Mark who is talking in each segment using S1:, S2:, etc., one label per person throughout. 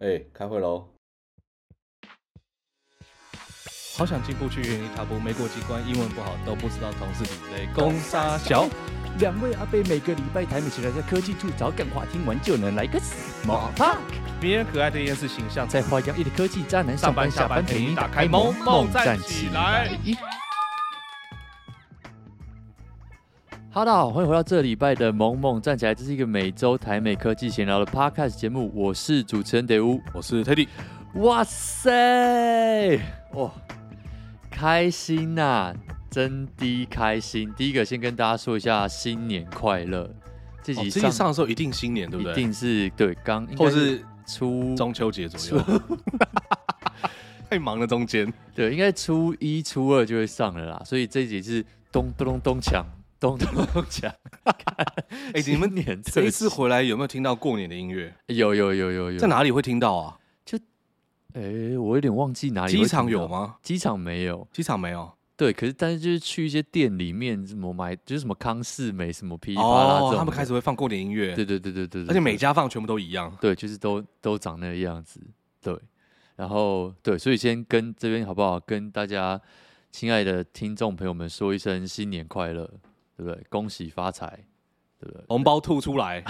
S1: 哎、开会喽！
S2: 好想进步去原地踏步，没过几关，英文不好都不知道同事比雷公杀小。
S3: 两位阿贝每个礼拜台美起来在科技处找梗话，听完就能来个死马趴。
S2: 迷人可爱的厌世形象，
S3: 在花样一的科技渣男
S2: 上
S3: 上
S2: 班
S3: 班
S2: 下
S3: 下
S2: 班
S3: 班
S2: 陪
S3: 陪
S2: 你
S3: 你
S2: 打
S3: 打
S2: 开
S3: 开
S2: 萌
S3: 萌
S2: 梦
S3: 梦
S2: 站
S3: 站起
S2: 起来
S3: 来。哈喽，大家好，欢迎回到这礼拜的《萌萌站起来》，这是一个每周台美科技闲聊的 podcast 节目，我是主持人德乌。
S2: 我是 Teddy，
S3: 哇塞，哇，开心呐、真的开心！第一个先跟大家说一下新年快乐，这
S2: 哦
S3: 集
S2: 自
S3: 上,、
S2: 己上的时候一定新年，对不
S3: 一
S2: 对？
S3: 定是对刚，应该
S2: 或是
S3: 初
S2: 中秋节左右。 太忙了，中 间
S3: 对，应该初一、初二就会上了啦，所以这一集是咚咚咚咚锵，咚咚咚锵。
S2: 哎你们
S3: 新年
S2: 这一
S3: 特
S2: 次
S3: 辑
S2: 回来有没有听到过年的音乐？
S3: 有有有有有
S2: 在？哪里会听到啊？
S3: 哎、我有点忘记哪里。
S2: 机场有？吗？
S3: 机场没有。
S2: 机场没有。
S3: 对，可是但是就是去一些店里面，什么买就是什么康士美、什么噼里啪啦这
S2: 哦
S3: 种，的
S2: 他们开始会放过年音乐，
S3: 对对对对对，对
S2: 而且每家放全部都一样。
S3: 对，就是都都长那个样子，对。然后对，所以先跟这边好不好？跟大家亲爱的听众朋友们说一声新年快乐，对不对？恭喜发财，对不对？
S2: 红包吐出来，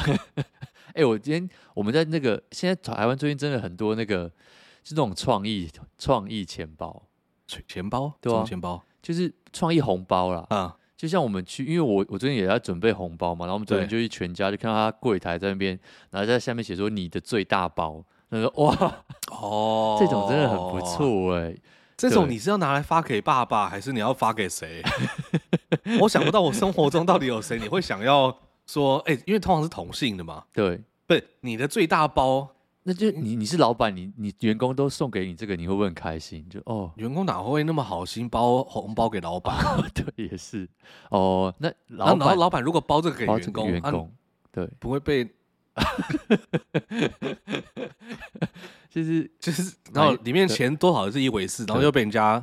S3: 哎、我今天我们在那个现在台湾最近真的很多那个是那种创意创意钱包，
S2: 钱包，
S3: 对啊
S2: 什么钱包
S3: 就是创意红包啦。
S2: 啊，
S3: 就像我们去，因为我我最近也在准备红包嘛，然后我们昨天
S2: 对
S3: 就去全家，就看到他柜台在那边，然后在下面写说你的最大包，他说哇，
S2: 哦
S3: 这种真的很不。错哎、
S2: 这种
S3: 对
S2: 你是要拿来发给爸爸，还是你要发 给谁？我想不到我生活中到底有谁你会想要说，哎、因为通常是同性的嘛，
S3: 对，
S2: 不是你的最大包，
S3: 那就
S2: 嗯
S3: 你你是老板，你你员工都送给你这个，你会不会很开心？就哦，
S2: 员工哪会那么好心包红包给老板？
S3: 对，也是哦。那
S2: 然
S3: 老
S2: 后然后
S3: 板
S2: 老板如果包这个给
S3: 包这
S2: 员
S3: 个
S2: 工，
S3: 员
S2: 啊
S3: 工，对，
S2: 不会被
S3: 就是
S2: 就是，然后
S3: 哎
S2: 里面
S3: 对
S2: 钱多少是一回事，然后
S3: 对
S2: 又被人家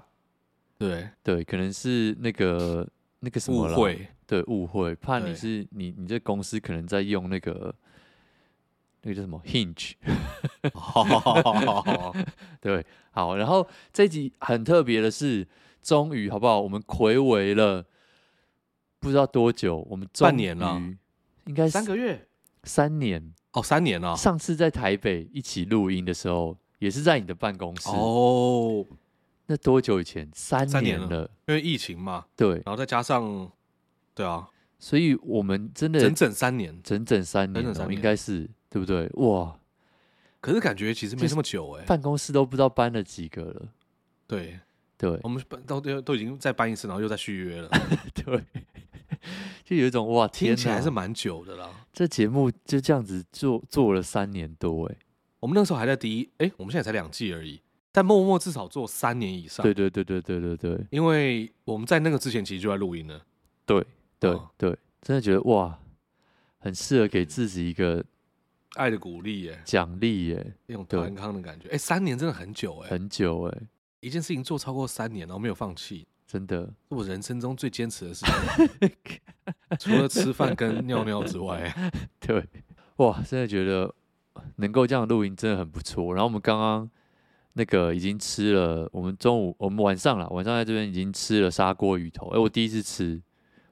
S2: 对
S3: 对，可能是那个那个什
S2: 误
S3: 么啦，
S2: 会，
S3: 对，误会，怕
S2: 对
S3: 你是你你这公司可能在用那个那个叫什么 Hinge，对，哦好，然后这一集很特别的是，终于好不好？我们暌违了不知道多久，我们
S2: 半
S3: 终
S2: 年了啊
S3: 于，应该
S2: 三
S3: 是
S2: 个月
S3: 三年。
S2: 哦，三年了
S3: 上次在台北一起录音的时候，也是在你的办公室。
S2: 哦，
S3: 那多久以前？三
S2: 三年
S3: 年了。
S2: 因为疫情嘛，
S3: 对，
S2: 然后再加上对啊，
S3: 所以我们真的
S2: 整整三年，
S3: 整整三年
S2: 整
S3: 哦，
S2: 整三
S3: 应
S2: 年
S3: 该是对不对？哇，
S2: 可是感觉其实没
S3: 就是
S2: 那么久哎、
S3: 办公室都不知道搬了几个了。
S2: 对，
S3: 对
S2: 我们搬到都都已经再搬一次，然后又再续约了，
S3: 对，就有一种哇， 天
S2: 听起来
S3: 哪！
S2: 还是蛮久的啦。
S3: 这节目就这样子做做了三年多，哎，
S2: 我们那时候还在第一，哎、我们现在才两季而已，但默默至少做三年以上。
S3: 对，对对对对对对
S2: 因为我们在那个之前其实就在录音了。
S3: 对对
S2: 哦嗯
S3: 对，真的觉得哇，很适合给自己一个
S2: 爱的鼓励耶，
S3: 奖励耶，
S2: 那种
S3: 对
S2: 团康的感觉。哎、三年真的很久哎，
S3: 很久哎，
S2: 一件事情做超过三年，然后没有放弃，
S3: 真的。
S2: 是我人生中最坚持的事情，啊除了吃饭跟尿尿之外。啊
S3: 对，哇，真的觉得能够这样录音真的很不错。然后我们刚刚那个已经吃了，我们中午我们晚上啦，晚上在这边已经吃了砂锅鱼头。哎、我第一次吃，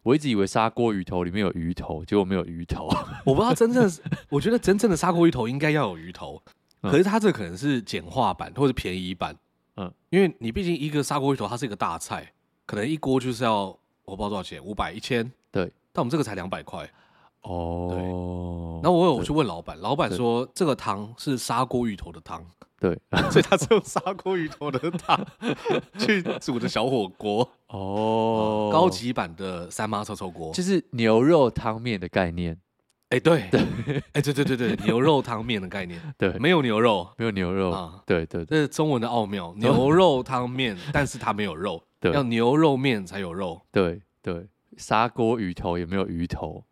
S3: 我一直以为砂锅鱼头里面有鱼头，结果没有鱼头。
S2: 我不知道真正的是，我觉得真正的砂锅鱼头应该要有鱼头，
S3: 嗯
S2: 可是它这可能是简化版或者便宜版，嗯
S3: 嗯，
S2: 因为你毕竟一个砂锅鱼头它是一个大菜，可能一锅就是要我不知道多少钱，五百一千，
S3: 对，
S2: 但我们这个才两百块。
S3: 哦，
S2: 然后我有
S3: 对
S2: 去问老板，老板说这个汤是砂锅鱼头的汤，
S3: 对，
S2: 所以他是用砂锅鱼头的汤 去煮的小火锅，
S3: 哦，
S2: 高级版的三妈臭臭锅。
S3: 就是牛肉汤面的概念，
S2: 哎，对， 哎，对对对对，牛肉汤面的概念，
S3: 对，没
S2: 没有牛肉，
S3: 没有牛肉，
S2: 啊
S3: 对对对
S2: 这是中文的奥 妙，牛肉汤面，但是它没有肉，
S3: 对
S2: 要牛肉面才有肉，
S3: 对对，砂锅鱼头也没有鱼头，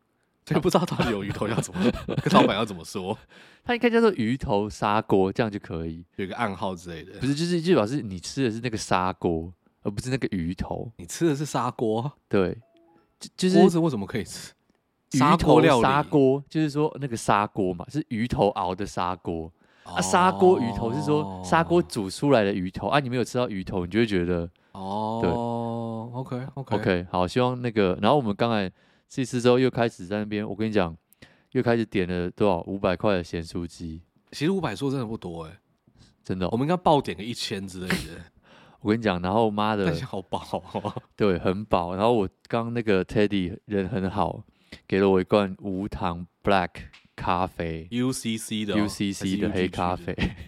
S2: 所以不知道到底有鱼头要 怎么，跟老板要怎么说，
S3: 它应该叫做鱼头砂锅，这样就可以。
S2: 有一个暗号之类的
S3: 不。是，就是就表示你吃的是那个砂锅，而不是那个鱼头。
S2: 你吃的是砂锅，
S3: 对，就就是
S2: 锅子为什么可以吃？
S3: 鱼
S2: 砂锅
S3: 头
S2: 料
S3: 砂
S2: 理，
S3: 锅，就是说那个砂锅嘛，是鱼头熬的砂锅。啊，砂锅鱼头是
S2: 哦
S3: 说砂锅煮出来的鱼头啊，你没有吃到鱼头，你就会觉得
S2: 哦，OK OK
S3: OK。好，希望那个，然后我们刚才这次之后又开始在那边，我跟你讲，又开始点了多少五百块的咸酥鸡，
S2: 其实五百说真的不多哎、
S3: 真的哦、
S2: 我们应该爆点个一千之 类的，
S3: 我跟你讲，然后妈的
S2: 但，是好爆、哦，
S3: 对，很饱。然后我刚那个 Teddy 人很好，给了我一罐无糖 Black 咖啡。
S2: UCC 的哦、还
S3: UCC
S2: 是
S3: 的黑
S2: UGG
S3: 咖啡。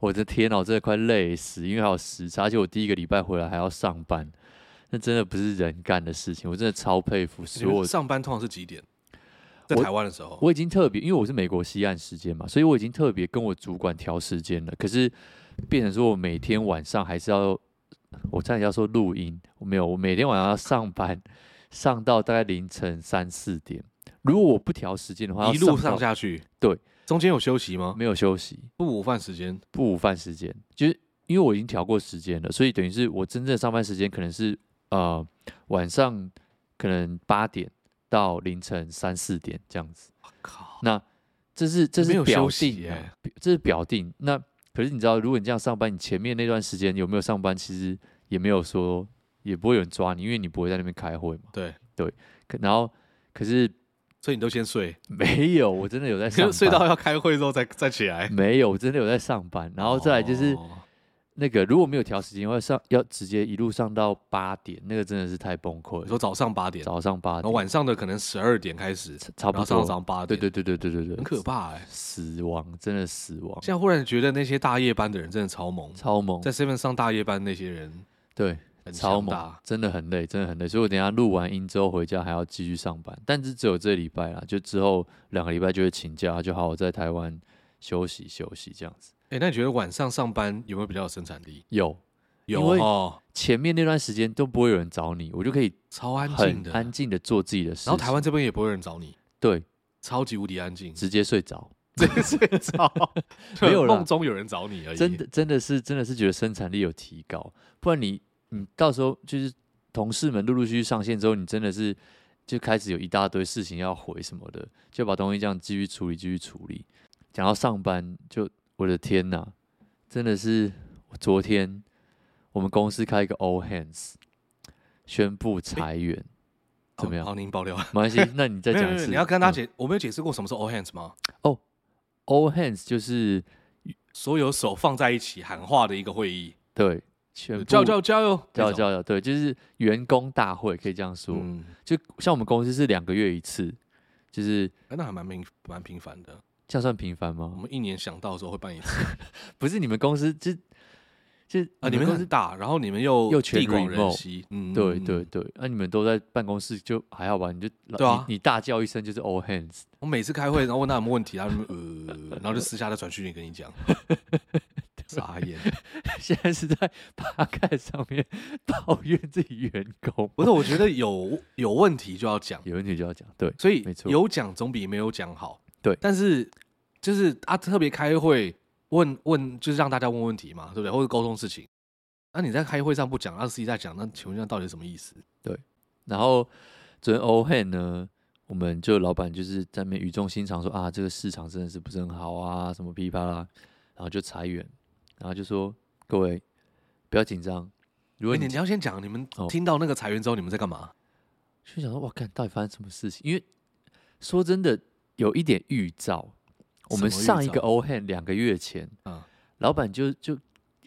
S3: 我的天呐，我真的快累死，因为还有时差，而且我第一个礼拜回来还要上班，那真的不是人干的事情，我真的超佩服
S2: 你
S3: 所
S2: 们
S3: 有。
S2: 上班通常是几点？在
S3: 我
S2: 台湾的时候，
S3: 我已经特别，因为我是美国西岸时间嘛，所以我已经特别跟我主管调时间了。可是变成说我每天晚上还是要，我差点要说录音，我没有，我每天晚上要上班，上到大概凌晨三四点。如果我不调时间的话，要
S2: 一路
S3: 上
S2: 上
S3: 到
S2: 下去，
S3: 对，
S2: 中间有休息吗？
S3: 没有休息，
S2: 不午饭时间
S3: 不午饭时间，就是因为我已经调过时间了，所以等于是我真正上班时间可能是呃晚上可能八点到凌晨三四点这样子。
S2: 靠，
S3: 那这是这
S2: 没
S3: 是
S2: 有
S3: 表
S2: 休息
S3: 定、
S2: 耶
S3: 啊，表这是表定。那可是你知道，如果你这样上班，你前面那段时间有没有上班，其实也没有说也不会有人抓你，因为你不会在那边开会嘛。
S2: 对，
S3: 可然后可是
S2: 所以你都先睡，
S3: 没有，我真的有在上班，
S2: 睡到要开会之后再再起来，
S3: 没有，我真的有在上班。然后再来就是。
S2: 哦
S3: 那个如果没有调时间，会上要直接一路上到八点，那个真的是太崩溃
S2: 你
S3: 了。
S2: 说早上八点，
S3: 早上八
S2: 然后
S3: 点，
S2: 晚上的可能十二点开始，
S3: 差差
S2: 然
S3: 不
S2: 后上到
S3: 多，
S2: 早上八
S3: 对
S2: 点，
S3: 对对对对对对，
S2: 很可怕哎、
S3: 死亡，真的死亡，
S2: 现在忽然觉得那些大夜班的人真的超猛，
S3: 超猛，
S2: 在 seven 上大夜班那些人
S3: 对，
S2: 很
S3: 超
S2: 强
S3: 猛
S2: 大，，
S3: 真的很累，真的很累。所以我等一下录完音之后回家还要继续上班，但是只有这礼拜啦，就之后两个礼拜就会请假，就好好在台湾休息休息这样子。
S2: 哎、那你觉得晚上上班有没有比较有生产力？
S3: 有
S2: 有
S3: 因为
S2: 哦，
S3: 前面那段时间都不会有人找你，我就可以
S2: 超安静
S3: 很
S2: 的。
S3: 安静的做自己的事情。
S2: 然后台湾这边也不会有人找你，
S3: 对
S2: 超级无敌安静，
S3: 直接睡着。
S2: 直接睡 着，
S3: 没有啦
S2: 梦中有人找你而已。
S3: 真的真的是真的是觉得生产力有提高，不然你你到时候就是同事们陆陆续续上线之后，你真的是就开始有一大堆事情要回什么的，就把东西这样继续处理继续处理。讲到上班，就我的天呐，真的是我昨天我们公司开一个 all hands，宣布裁员，
S2: 好
S3: 怎么样
S2: 好，您爆料。
S3: 没关系，那你再
S2: 没有
S3: 讲
S2: 没
S3: 一
S2: 有
S3: 次，嗯
S2: 你要跟他解，我没有解释过什么是 all hands 吗？
S3: all hands 就是
S2: 所有手放在一起喊话的一个会议，
S3: 对全部
S2: 加油加油加
S3: 叫
S2: 油那种
S3: 叫叫，对，就是员工大会可以这样说。
S2: 嗯，
S3: 就像我们公司是两个月一次，就是
S2: 哎那还蛮频蛮频繁的。
S3: 这样算频繁
S2: 我
S3: 吗？
S2: 们一年想到的时候会办一次
S3: 不是你们公司就就
S2: 啊，你们
S3: 公
S2: 很
S3: 司
S2: 大，然后你们又
S3: 又全
S2: 地广人
S3: remote
S2: 稀，嗯，
S3: 对
S2: 嗯
S3: 对，对，那、你们都在办公室就还好吧？你就
S2: 对啊
S3: 你，你大叫一声就是 all hands，
S2: 我每次开会，然后问他有没有问题，他就呃， 然后就私下再传讯息跟你讲， 傻眼。
S3: 现在是在 p 盖上面抱怨自己员工，
S2: 不是，我觉得有有问题就要讲，
S3: 有问题就要讲，对
S2: 所以
S3: 没错
S2: 有讲总比没有讲好。
S3: 对
S2: 但是就是啊，特别开会问问，就是让大家问问题嘛，对不对？或者沟通事情。那、你在开会上不讲，然后私底下讲，那请问一下到底是什么意思？
S3: 然后昨天 all hand 呢，我们就老板就是在那边语重心长说啊，这个市场真的是不是很好啊，什么噼啪啦，然后就裁员，然后就说各位不要紧张，如果
S2: 哎、你
S3: 你
S2: 你要先讲，你们
S3: 哦
S2: 听到那个裁员之后，你们在干嘛？
S3: 就想说哇，看到底发生什么事情？因为说真的，有一点预兆。我们
S2: 什么预
S3: 上一个
S2: 兆
S3: all hand 两个月前，
S2: 啊
S3: 老板就就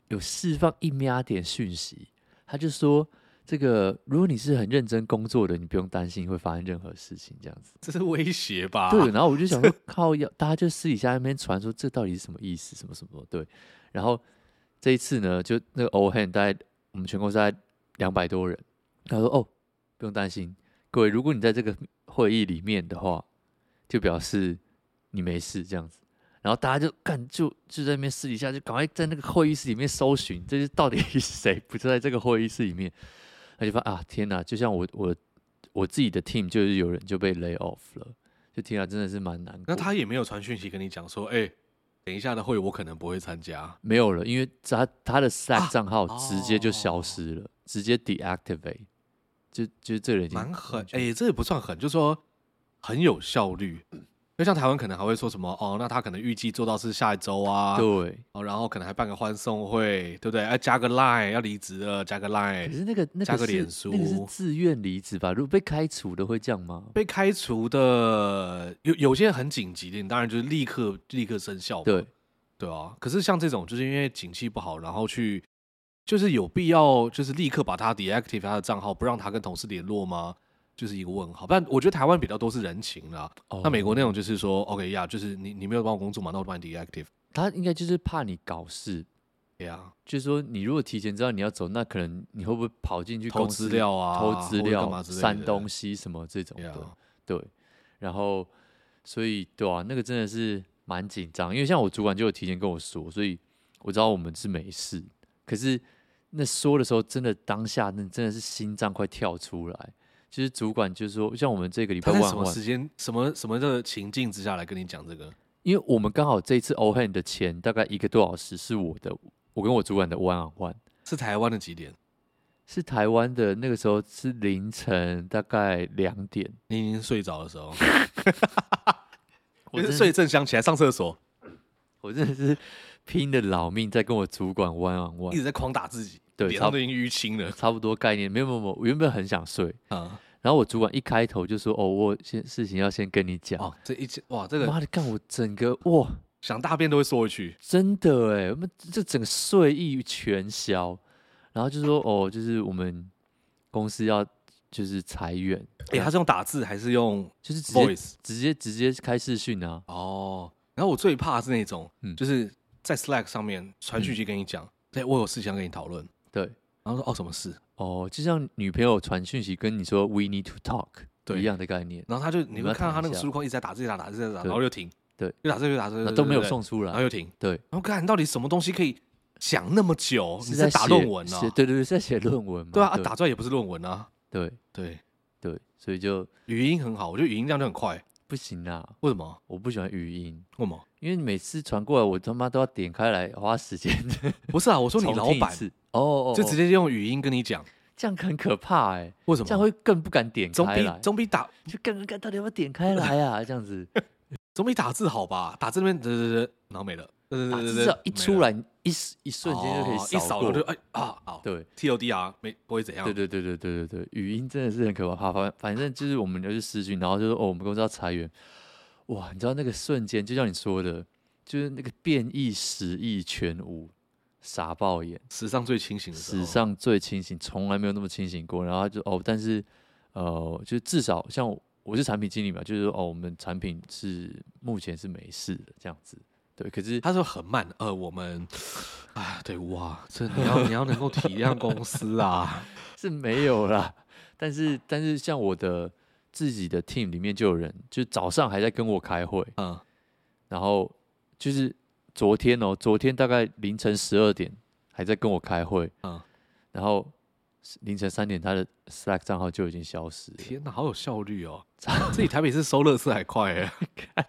S3: 有释放一喵点讯息，他就说。这个，如果你是很认真工作的，你不用担心会发生任何事情，这样子。
S2: 这是威胁吧？
S3: 对，然后我就想说，靠要大家就私底下在那边传说这到底是什么意思，什么什么对。然后这一次呢，就那个 all hand 大概我们全公司大概两百多人，他说哦，不用担心，各位，如果你在这个会议里面的话，就表示你没事这样子。然后大家就干就就在那边私底下就赶快在那个会议室里面搜寻，这是到底是谁不是在这个会议室里面？他就发啊天哪！就像我我我自己的 team 就是有人就被 lay off 了，就天啊，真的是蛮难过。
S2: 那他也没有传讯息跟你讲说，哎、等一下的会我可能不会参加。
S3: 没有了，因为他他的 Slack 账号
S2: 哦
S3: 直接就消失了，直接 deactivate，就就这个人已经
S2: 蛮狠
S3: 完，全
S2: 哎、这也不算狠，就说很有效率，为像台湾可能还会说什么哦，那他可能预计做到是下一周啊，
S3: 对，
S2: 哦，然后可能还办个欢送会，对不对？要加个 line，要离职了，加个
S3: 可
S2: line。
S3: 是那个那
S2: 哎加
S3: 个
S2: 个
S3: 是
S2: 脸
S3: 那个
S2: 书
S3: 是自愿离职吧？如果被开除的会这样吗？
S2: 被开除的有有些很紧急的，你当然就是立刻立刻生效嘛，
S3: 对，
S2: 对啊。可是像这种就是因为景气不好，然后去就是有必要就是立刻把他 deactive 他的账号，不让他跟同事联络吗？就是一个问号。但我觉得台湾比较多是人情啦，
S3: 哦
S2: 那美国那种就是说，OK 呀、就是你你没有帮我工作嘛，那我就帮你 deactive。
S3: 他应该就是怕你搞事，
S2: 对啊，
S3: 就是说你如果提前知道你要走，那可能你会不会跑进去
S2: 偷
S3: 公司
S2: 资、料啊，
S3: 偷资
S2: 或者干
S3: 料、
S2: 嘛之类的
S3: 删东西什么这种
S2: 对
S3: 的？
S2: 啊，
S3: 对，然后所以对啊，那个真的是蛮紧张，因为像我主管就有提前跟我说，所以我知道我们是没事。可是那说的时候，真的当下那真的是心脏快跳出来。就是主管就是说，像我们这个礼拜
S2: 他在什
S3: 万
S2: 么
S3: 万，
S2: 时间、什么什么的情境之下来跟你讲这个？
S3: 因为我们刚好这一次 O hand 的钱大概一个多小时是我的，我跟我主管的 one on one
S2: 是台湾的几点？
S3: 是台湾的那个时候是凌晨大概两点，
S2: 你已经睡着的时 候，
S3: 我
S2: 我
S3: 真
S2: 是
S3: 的
S2: 睡正想起来上厕所，
S3: 我真的是拼了老命在跟我主管 one on
S2: 一
S3: one，
S2: 直在狂打自己，
S3: 对
S2: 脸
S3: 差
S2: 上
S3: 不
S2: 都已经淤青了
S3: 差不多概念。没有没有没有，我原本很想睡，
S2: 啊！
S3: 然后我主管一开头就说：“哦，我先事情要先跟你讲。
S2: 哦，这一切哇，这个
S3: 妈的，干我整个哇，
S2: 想大便都会缩回去，
S3: 真的哎，我们这整个睡意全消。然后就说：“哦，就是我们公司要就是裁员，
S2: 哎、他是用打字还是用
S3: 就是啊直接
S2: voice？
S3: 直接直接开视讯啊。
S2: 哦，然后我最怕是那种，
S3: 嗯
S2: 就是在 Slack 上面传讯息跟你讲，对、我有事情想跟你讨论，”
S3: 对，
S2: 然后说哦什么事，
S3: 哦，就像女朋友传讯息跟你说 “We need to talk”
S2: 对
S3: 一样的概念，
S2: 然后他就
S3: 你
S2: 你
S3: 们
S2: 会
S3: 要
S2: 看到
S3: 谈
S2: 他
S3: 一
S2: 那个
S3: 下
S2: 输入框一直在打，字，一直在打，一直在打，
S3: 对
S2: 然后又停，
S3: 对，
S2: 又打字又打字
S3: 那都没有，
S2: 对对对
S3: 送出
S2: 然后
S3: 来。
S2: 又停，
S3: 对，
S2: 然后看你到底什么东西可以讲那么久？哦你
S3: 是
S2: 在
S3: 在
S2: 打
S3: 写
S2: 论文呢、啊
S3: 写对对对，是在写论文嘛？
S2: 对啊，啊打出来也不是论文啊。
S3: 对
S2: 对，
S3: 对，所以就
S2: 语音很好，我觉得语音这样就很快。
S3: 不行啦，
S2: 为什么？
S3: 我不喜欢语音，
S2: 为什么？
S3: 因为每次传过来，我他妈都要点开来花时间
S2: 不是啊，我说
S3: 重
S2: 你
S3: 听
S2: 老
S3: 一
S2: 板
S3: 次哦哦，
S2: 就直
S3: 接
S2: 接用语音跟你讲，
S3: 这样很可怕哎，
S2: 为什
S3: 这样
S2: 么？
S3: 会更不敢点
S2: 总
S3: 开
S2: 比
S3: 来，
S2: 总比打
S3: 就更更到底要不要点开来啊？这样 子，
S2: 总比打字好吧？打字那边嘚嘚嘚，然后没了，嘚嘚
S3: 打
S2: 嘚
S3: 字
S2: 嘚
S3: 啊至少
S2: 嘚，
S3: 一
S2: 没
S3: 出
S2: 了
S3: 来，一时一瞬间就可以
S2: 哦一
S3: 扫
S2: 扫
S3: 过
S2: 我就哎啊好
S3: 对。
S2: TODR 啊没不会怎样
S3: 对。对对对对对对，语音真的是很可怕。反反正就是我们要去私讯，然后就说哦，我们公司要裁员。哇，你知道那个瞬间，就像你说的，就是那个变异十亿全无，傻爆眼，
S2: 史上最清醒的哦时候，
S3: 史上最清醒，从来没有那么清醒过。然后他就哦，但是呃，就是至少像我我是产品经理嘛，就是说哦，我们产品是目前是没事的这样子。对，可是
S2: 他说很慢，呃，我们，啊，对，哇，这你要你要能够体谅公司啊，
S3: 是没有啦，但是但是像我的自己的 team 里面就有人，就早上还在跟我开会，
S2: 嗯，
S3: 然后就是昨天哦，昨天大概凌晨十二点还在跟我开会，
S2: 嗯
S3: 然后凌晨三点他的 Slack 账号就已经消失了，
S2: 天哪，好有效率哦，自己台北市收乐色还快哎，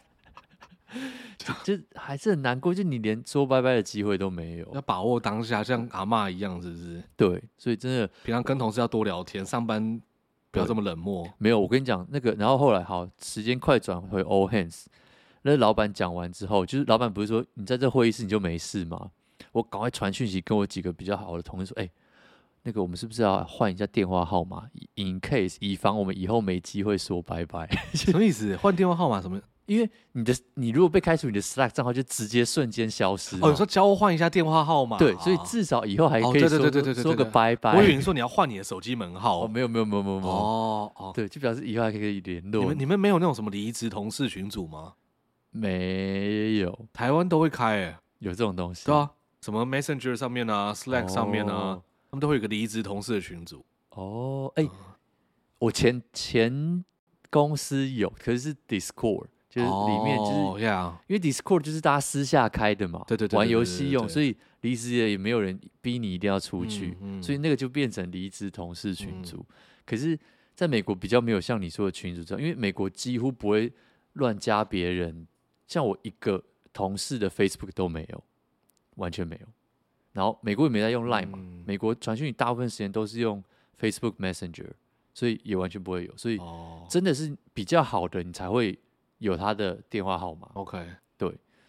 S3: 就还是很难过，就你连说拜拜的机会都没
S2: 要
S3: 有，
S2: 把握当下，像阿嬷一样，是不是？
S3: 对，所以真的
S2: 平常跟同事要多聊天，上班不要这么冷 漠，
S3: 没有，我跟你讲那个，然后后来好，时间快转回 All Hands，那老板讲完之后，就是老板不是说你在这会议室你就没事吗？我赶快传讯息跟我几个比较好的同事说，哎、那个我们是不是要换一下电话号码，in case 以防我们以后没机会说拜拜？
S2: 什么意思？换电话号码什么？
S3: 因为你的你如果被开除，你的 Slack 账号就直接瞬间消失嘛。
S2: 哦，你说交换一下电话号码？
S3: 对，所以
S2: 啊
S3: 至少以后还
S2: 哦
S3: 可以
S2: 对
S3: 说
S2: 对对对对对
S3: 说个
S2: 对
S3: 拜拜。
S2: 我以为你说你要换你的手机门
S3: 哦，
S2: 号，
S3: 没有没有没有没有没有，
S2: 哦哦，
S3: 对，就表示以后还可以联
S2: 你
S3: 络
S2: 们。你们没有那种什么离职同事群组吗？
S3: 没有
S2: 台湾都会开哎、
S3: 有这种东西？
S2: 对啊，什么 Messenger 上面啊，Slack 上面啊，
S3: 哦
S2: 他们都会有一个离职同事的群组。
S3: 哦，哎、
S2: 嗯
S3: 我前前公司有，可是是 Discord，就是里面就是、
S2: 哦，yeah，
S3: 因为 Discord 就是大家私下开的嘛，
S2: 对对对
S3: 玩
S2: 对
S3: 游
S2: 对
S3: 戏
S2: 对
S3: 用，
S2: 对
S3: 所以离职也也没有人逼你一定要出去，
S2: 嗯嗯
S3: 所以那个就变成离职同事群
S2: 嗯
S3: 组。可是在美国比较没有像你说的群组这样，因为美国几乎不会乱加别人，像我一个同事的 Facebook 都没有，完全没有。然后美国也没在用 Line 嘛，
S2: 嗯
S3: 美国传讯息大部分时间都是用 Facebook Messenger，所以也完全不会有。所以
S2: 哦，
S3: 真的是比较好的，你才会有他的电话号码，
S2: OK，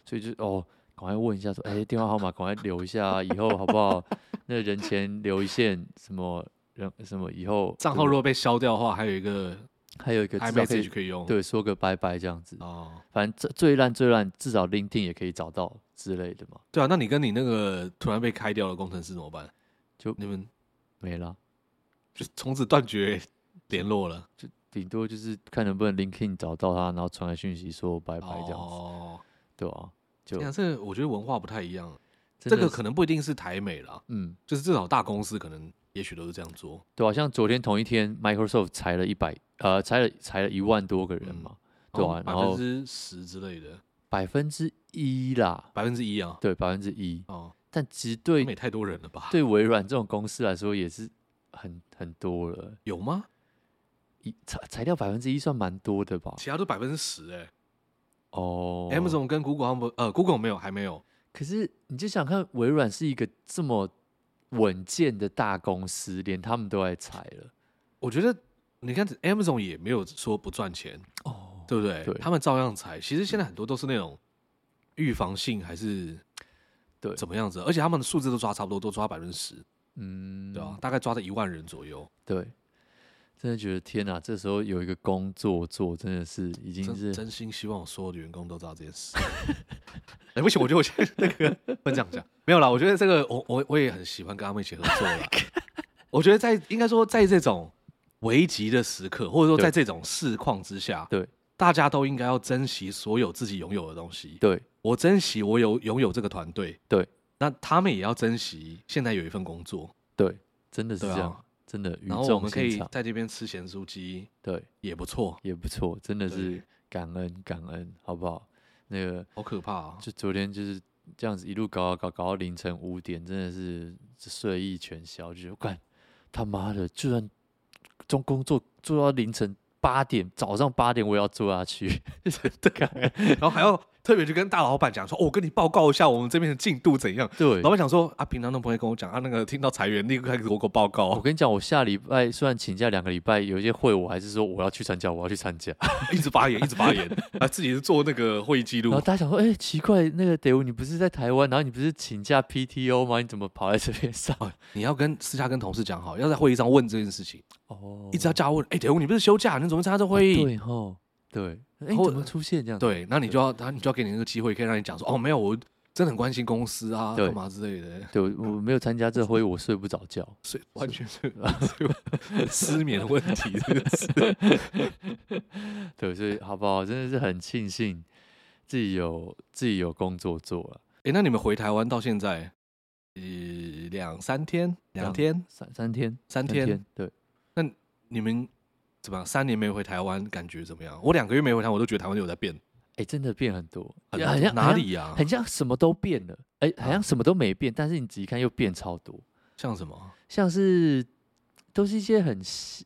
S3: 所以就是哦，赶快问一下说，哎、电话号码赶快留一下 啊，以后好不好？那人前留一线，什么人什么以后
S2: 账号如果被消掉的话，还有一个
S3: 还有一个至少可
S2: iMessage
S3: 以
S2: 可以用。
S3: 对说个拜拜这样子，
S2: 哦，
S3: 反正最最烂最烂，至少 LinkedIn 也可以找到之类的嘛，
S2: 对啊，那你跟你那个突然被开掉的工程师怎么办？
S3: 就
S2: 你们
S3: 没了。
S2: 就从此断绝联络了，
S3: 顶多就是看能不能 LinkedIn 找到他，然后传个讯息说拜拜这样子，
S2: 哦，
S3: 对啊，就
S2: 这样这我觉得文化不太一样，这
S3: 真的
S2: 个
S3: 是
S2: 可能不一定是台美啦，
S3: 嗯，
S2: 就是至少大公司可能也许都是这样做。
S3: 对啊，像昨天同一天，Microsoft 裁了一百呃，裁了裁了一万多个人
S2: 嗯
S3: 嘛，对啊，
S2: 百
S3: 然
S2: 分
S3: 后
S2: 之十之类的，
S3: 百分之一啦，
S2: 百分之一啊，
S3: 对，百分之一，
S2: 哦，
S3: 但其实
S2: 那
S3: 对
S2: 也太多人了吧？
S3: 对微软这种公司来说也是很很多了，
S2: 有吗？
S3: 一裁裁掉百分之一算蛮多的吧？
S2: 其他都百分之十哎
S3: 哦
S2: ，Amazon 跟 Google 他们呃，Google 没有，还没有，
S3: 可是你就想看，微软是一个这么稳健的大公司，连他们都来裁了。
S2: 我觉得你看 Amazon 也没有说不赚钱，
S3: 哦，
S2: 对不对？
S3: 对嗯
S2: 他们照样裁。其实现在很多都是那种预防性还是
S3: 对
S2: 怎么样子，而且他们的数字都抓差不多，都抓百分之十，
S3: 嗯，
S2: 对吧、大概抓在一万人左右，
S3: 对，真的觉得天哪，这时候有一个工作做，真的是已经
S2: 真
S3: 是
S2: 真心希望我所有的员工都知道这件事。 哎、不行，我觉得我现在那个不能这样讲，没有啦。我觉得这个我我我也很喜欢跟他们一起合作啦。我觉得在应该说在这种危急的时刻，或者说
S3: 对
S2: 在这种市况之下，
S3: 对
S2: 大家都应该要珍惜所有自己拥有的东西。
S3: 对
S2: 我珍惜我有拥有这个团队，
S3: 对，
S2: 那他们也要珍惜现在有一份工作，
S3: 对，真的是
S2: 对
S3: 这样，
S2: 啊
S3: 真的语
S2: 然后我
S3: 重
S2: 们可
S3: 心
S2: 以
S3: 长，
S2: 在这边吃咸酥鸡，
S3: 对，
S2: 也不错，
S3: 也不错，真的
S2: 对
S3: 是感恩感恩，好不好？那个
S2: 好可怕啊！
S3: 就昨天就是这样子一路搞搞搞搞到凌晨五点，真的是睡意全消，就是干他妈的，居然中工作做到凌晨八点，早上八点我也要做下去， 对
S2: 然后还要特别去跟大老板讲说，哦，我跟你报告一下我们这边的进度怎样。
S3: 对
S2: 老。板想说啊，平常都不会跟我讲啊，那个听到裁员立刻开始给我给我报
S3: 我
S2: 告，
S3: 跟你讲，我下礼拜虽然请假两个礼拜，有一些会我还是说我要去参加，我要去参加。
S2: 一直发言，一直发言，啊，自己是做那个会议记
S3: 然后
S2: 录，
S3: 大家想说，哎、奇怪，那个德武你不是在台湾，然后你不是请假 PTO 吗？你怎么跑来这边上？
S2: 你要跟私下跟同事讲好，要在会议上问这件事情，
S3: 哦
S2: 一直要叫他问，哎，德武你不是休假，你怎么会参加这会议？
S3: 对吼，对，哎、你
S2: 后
S3: 怎么出现这样？
S2: 哦对，那你就要他，你就要给你那个机会，可以让你讲说，哦，没有，我真的很关心公司啊，
S3: 对
S2: 干嘛之类的，
S3: 对，我我没有参加这会，我睡不着觉。
S2: 所以完全是 是失眠的问题， 真的是
S3: 对，所以好不好？真的是很庆幸自己有自己有工作做了，
S2: 哎，那你们回台湾到现在，呃，两三天，两
S3: 两
S2: 天，
S3: 三三天，
S2: 三
S3: 三
S2: 天，
S3: 对，
S2: 你们怎么样？三年没回台湾，感觉怎么样？我两个月没回台湾，我都觉得台湾有在变，
S3: 哎、真的变很多，
S2: 很
S3: 好像
S2: 哪里啊
S3: 好
S2: 呀、
S3: 像很像什么都变了，哎、好
S2: 啊
S3: 像什么都没变，但是你仔细看又变超多，
S2: 像什么
S3: 像是都是一些很细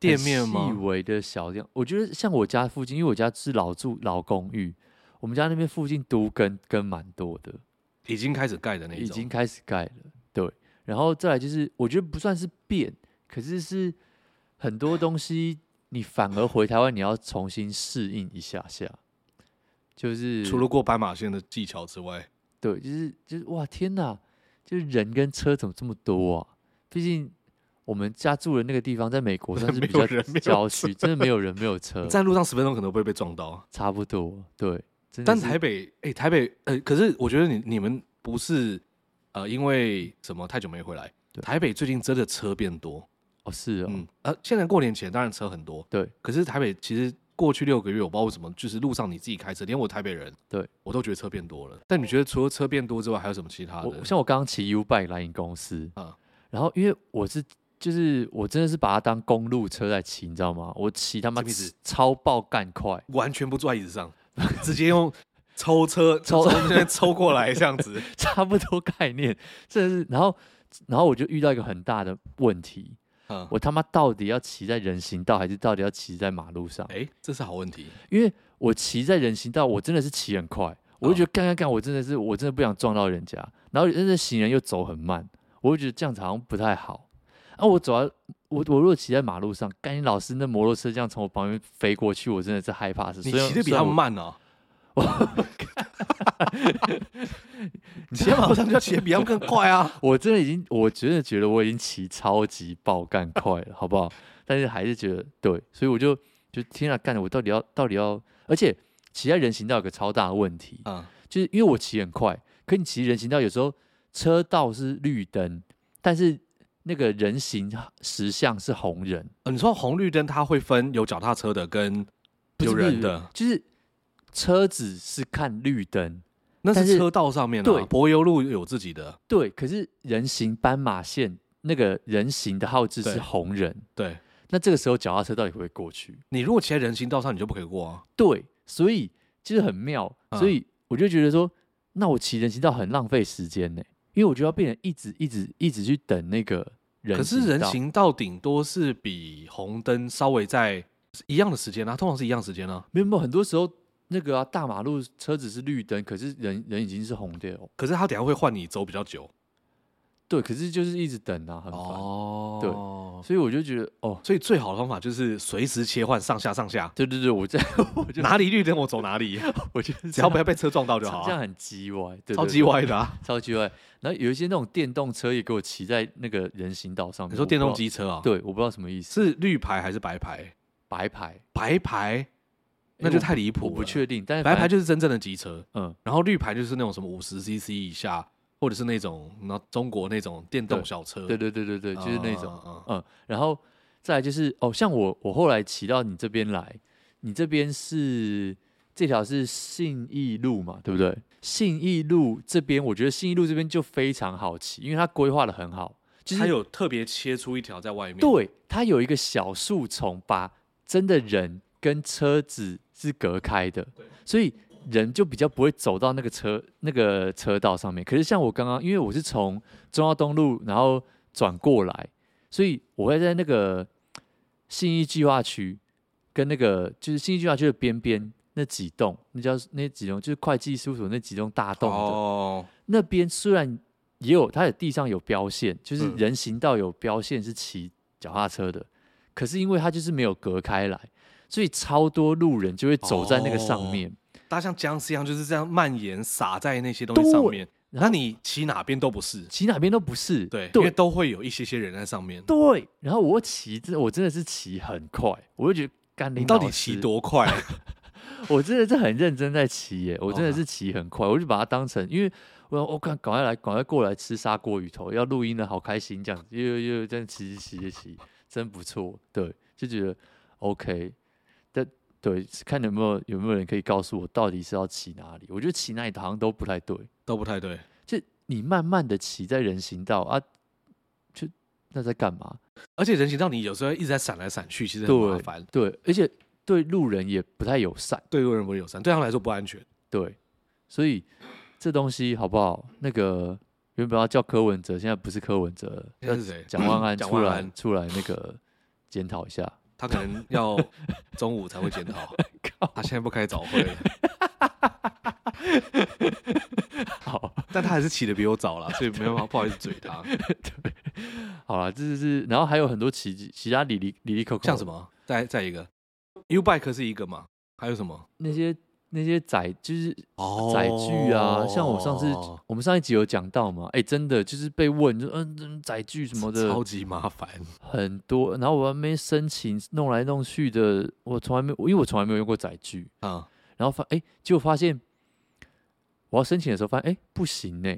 S2: 店面
S3: 很细
S2: 吗？
S3: 微的小店。我觉得像我家附近，因为我家是老住老公寓，我们家那边附近都跟跟蛮多的，
S2: 已经开始盖的那一
S3: 已
S2: 种，
S3: 经开始盖了。对，然后再来就是，我觉得不算是变，可是是很多东西你反而回台湾，你要重新适应一下下。就是
S2: 除了过斑马线的技巧之外，
S3: 对，就是就是哇，天哪，就是人跟车怎么这么多啊？毕竟我们家住的那个地方在美国算是
S2: 没
S3: 比
S2: 有
S3: 较
S2: 人没有
S3: 郊区，真的没有人没有车
S2: 你，在路上十分钟可能会被撞到。
S3: 差不多对。真的
S2: 但
S3: 是
S2: 台北，哎、台北，呃，可是我觉得你你们不是呃，因为什么太久没回来，
S3: 对
S2: 台北最近真的车变多，
S3: 哦是哦，
S2: 嗯，呃，现在过年前当然车很多，
S3: 对。
S2: 可是台北其实过去六个月，我不知道为什么，就是路上你自己开车，连我台北人，
S3: 对
S2: 我都觉得车变多了。但你觉得除了车变多之外，还有什么其他的
S3: 我？像我刚刚骑 U bike 来你公司，
S2: 啊
S3: 然后因为我是就是我真的是把它当公路车在骑，你知道吗？我骑他妈
S2: 什么意思
S3: 超爆干快，
S2: 完全不坐在椅子上， 直接用抽车
S3: 抽
S2: 从这边抽过来这样子，
S3: 差不多概念，这是然后然后我就遇到一个很大的问题，
S2: 嗯，
S3: 我他妈到底要骑在人行道，还是到底要骑在马路上？
S2: 哎、这是好问题，
S3: 因为我骑在人行道，我真的是骑很快，我就
S2: 嗯
S3: 觉得干干干，我真的是我真的不想撞到人家。然后那行人又走很慢，我就觉得这样子好像不太好。啊，我走在我我如果骑在马路上，干你老师那摩托车这样从我旁边飞过去，我真的是害怕死。
S2: 你
S3: 虽然
S2: 骑的比
S3: 虽然
S2: 他
S3: 我
S2: 们慢呢、啊。 你骑在马路上就要骑的比他们更快啊！
S3: 我真的已经，我真的觉得我已经骑超级爆干快了，好不好？但是还是觉得对，所以我就就天啊，干我到底要到底要，而且骑在人行道有个超大的问题，
S2: 嗯，
S3: 就是因为我骑很快，可你骑人行道有时候车道是绿灯，但是那个人行实像是红人，
S2: 呃你说红绿灯它会分有脚踏车的跟
S3: 不是
S2: 有人的，
S3: 就是车子是看绿灯，
S2: 那
S3: 但是
S2: 是车道上面的、啊
S3: 对
S2: 柏油路有自己的，
S3: 对，可是人行斑马线那个人行的号志是
S2: 对
S3: 红人，
S2: 对。
S3: 那这个时候脚踏车到底会不会过去？
S2: 你如果骑在人行道上，你就不可以过啊。
S3: 对，所以就是很妙，
S2: 嗯
S3: 所以我就觉得说，那我骑人行道很浪费时间呢、因为我就要变成一直一直一直去等那个人
S2: 可是人
S3: 道
S2: 行道顶多是比红灯稍微在一样的时间啊，通常是一样时间啊。
S3: 没有没有，很多时候那个啊大马路车子是绿灯，可是人人已经是红的哦。
S2: 可是他等一下会换你走比较久
S3: 对，可是就是一直等啊，很烦。
S2: 哦
S3: 对所以我就觉得，哦，
S2: 所以最好的方法就是随时切换上下上下，
S3: 对对对，我这 我就
S2: 哪里绿 灯我走哪 里，
S3: 我觉得
S2: 只要不
S3: 要
S2: 要被车撞到就好、
S3: 这样
S2: 啊。
S3: 很鸡歪，对
S2: 超
S3: 对
S2: 级
S3: 对
S2: 歪的啊！
S3: 超级歪。然后有一些那种电动车也给我骑在那个人行道上面，
S2: 你说
S3: 我不
S2: 电动
S3: 知
S2: 机车啊
S3: 道？？，对，我不知道什么意思，
S2: 是绿牌还是白牌？
S3: 白牌。
S2: 白牌那就太离谱
S3: 我
S2: 了。
S3: 不确定，但是
S2: 啊白
S3: 反
S2: 牌
S3: 正
S2: 就是真正的机车，
S3: 嗯，
S2: 然后绿牌就是那种什么五十 CC 以下，或者是那种那中国那种电动小车，
S3: 对对对对对，
S2: 啊，
S3: 就是那种，
S2: 啊
S3: 嗯，然后再来就是哦，像我我后来骑到你这边来，你这边是这条是信义路嘛，对不对？信义路这边，我觉得信义路这边就非常好骑，因为它规划的很好，就
S2: 它
S3: 是
S2: 有特别切出一条在外面，，
S3: 对它有一个小树丛，把真的人跟车子是隔开的，所以人就比较不会走到那个车那个车道上面。可是像我刚刚，因为我是从中央东路然后转过来，所以我会在那个信义计划区跟那个就是信义计划区的边边那几栋，那叫那几栋就是会计事务所那几栋大栋的，
S2: 哦，
S3: 那边虽然也有它的地上有标线，就是
S2: 嗯
S3: 人行道有标线是骑脚踏车的，可是因为它就是没有隔开来，所以超多路人就会走在那个上面。
S2: 大家像僵尸一样就是这样蔓延撒在那些东西上面，
S3: 然后
S2: 那你骑哪边都不是，
S3: 骑哪边都不是，
S2: 对，因
S3: 对
S2: 为都会有一些些人在上面。
S3: 对。然后我又骑，真的我真的是骑很快，我就觉得干林
S2: 你到底
S3: 老师
S2: 骑？多快？
S3: 我真的是很认真在骑耶，我真的
S2: 哦
S3: 是骑很快，我就把它当成，因为我我赶赶快来，赶快过来吃砂锅鱼头，要录音了，好开心这样子，又又又这样骑骑骑骑，真不错，对，就觉得 OK，但对，看有没有有没有人可以告诉我到底是要骑哪里？我觉得骑哪里好像都不太对，
S2: 都不太对。
S3: 就你慢慢的骑在人行道啊，就那在干嘛？
S2: 而且人行道你有时候一直在闪来闪去，其实很麻烦，
S3: 对，而且对路人也不太友善。
S2: 对路人不友善，对他们来说不安全。
S3: 对，所以这东西好不好？那个原本要叫柯文哲，现在不是柯文哲了，
S2: 现在是谁？
S3: 蒋万安
S2: 蒋
S3: 出
S2: 万
S3: 来
S2: 安，
S3: 出来那个检讨一下。
S2: 他可能要中午才会检讨。
S3: 靠，
S2: 他现在不开早会了，
S3: 好，
S2: 但他还是起得比我早了，所以没办法，不好意思嘴 他。
S3: 好了，这就是，然后还有很多其其他里里里里口口，
S2: 像什么？再再一个，U Bike 是一个嘛？还有什么？
S3: 那些那些载就是
S2: 哦
S3: 载具啊，像我上次我们上一集有讲到嘛，哎、真的就是被问，就嗯嗯载具什么的
S2: 超级麻烦，
S3: 很多，然后我还没申请，弄来弄去的，我从来没，因为我从来没有用过载具，
S2: 啊，
S3: 然后发哎，结果发现我要申请的时候发现哎不行呢，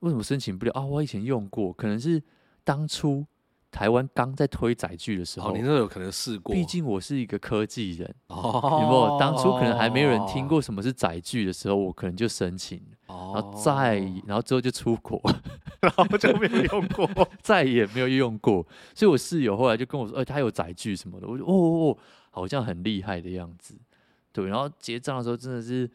S3: 为什么申请不了啊？我以前用过，可能是当初台湾刚在推载具的时
S2: 哦，
S3: 候
S2: 你，那有可能试过，
S3: 毕竟我是一个科技人，
S2: 哦，
S3: 有没有？当初可能还没有人听，过什么是载具的时候，我可能就申请了，
S2: 哦、
S3: 然后再然后之后就出国，
S2: 然后就没有用过，
S3: 再也没有用过。所以我室友后来就跟我说，哎，他有载具什么的，我就哦哦哦，好像很厉害的样子。对，然后结账的时候真的是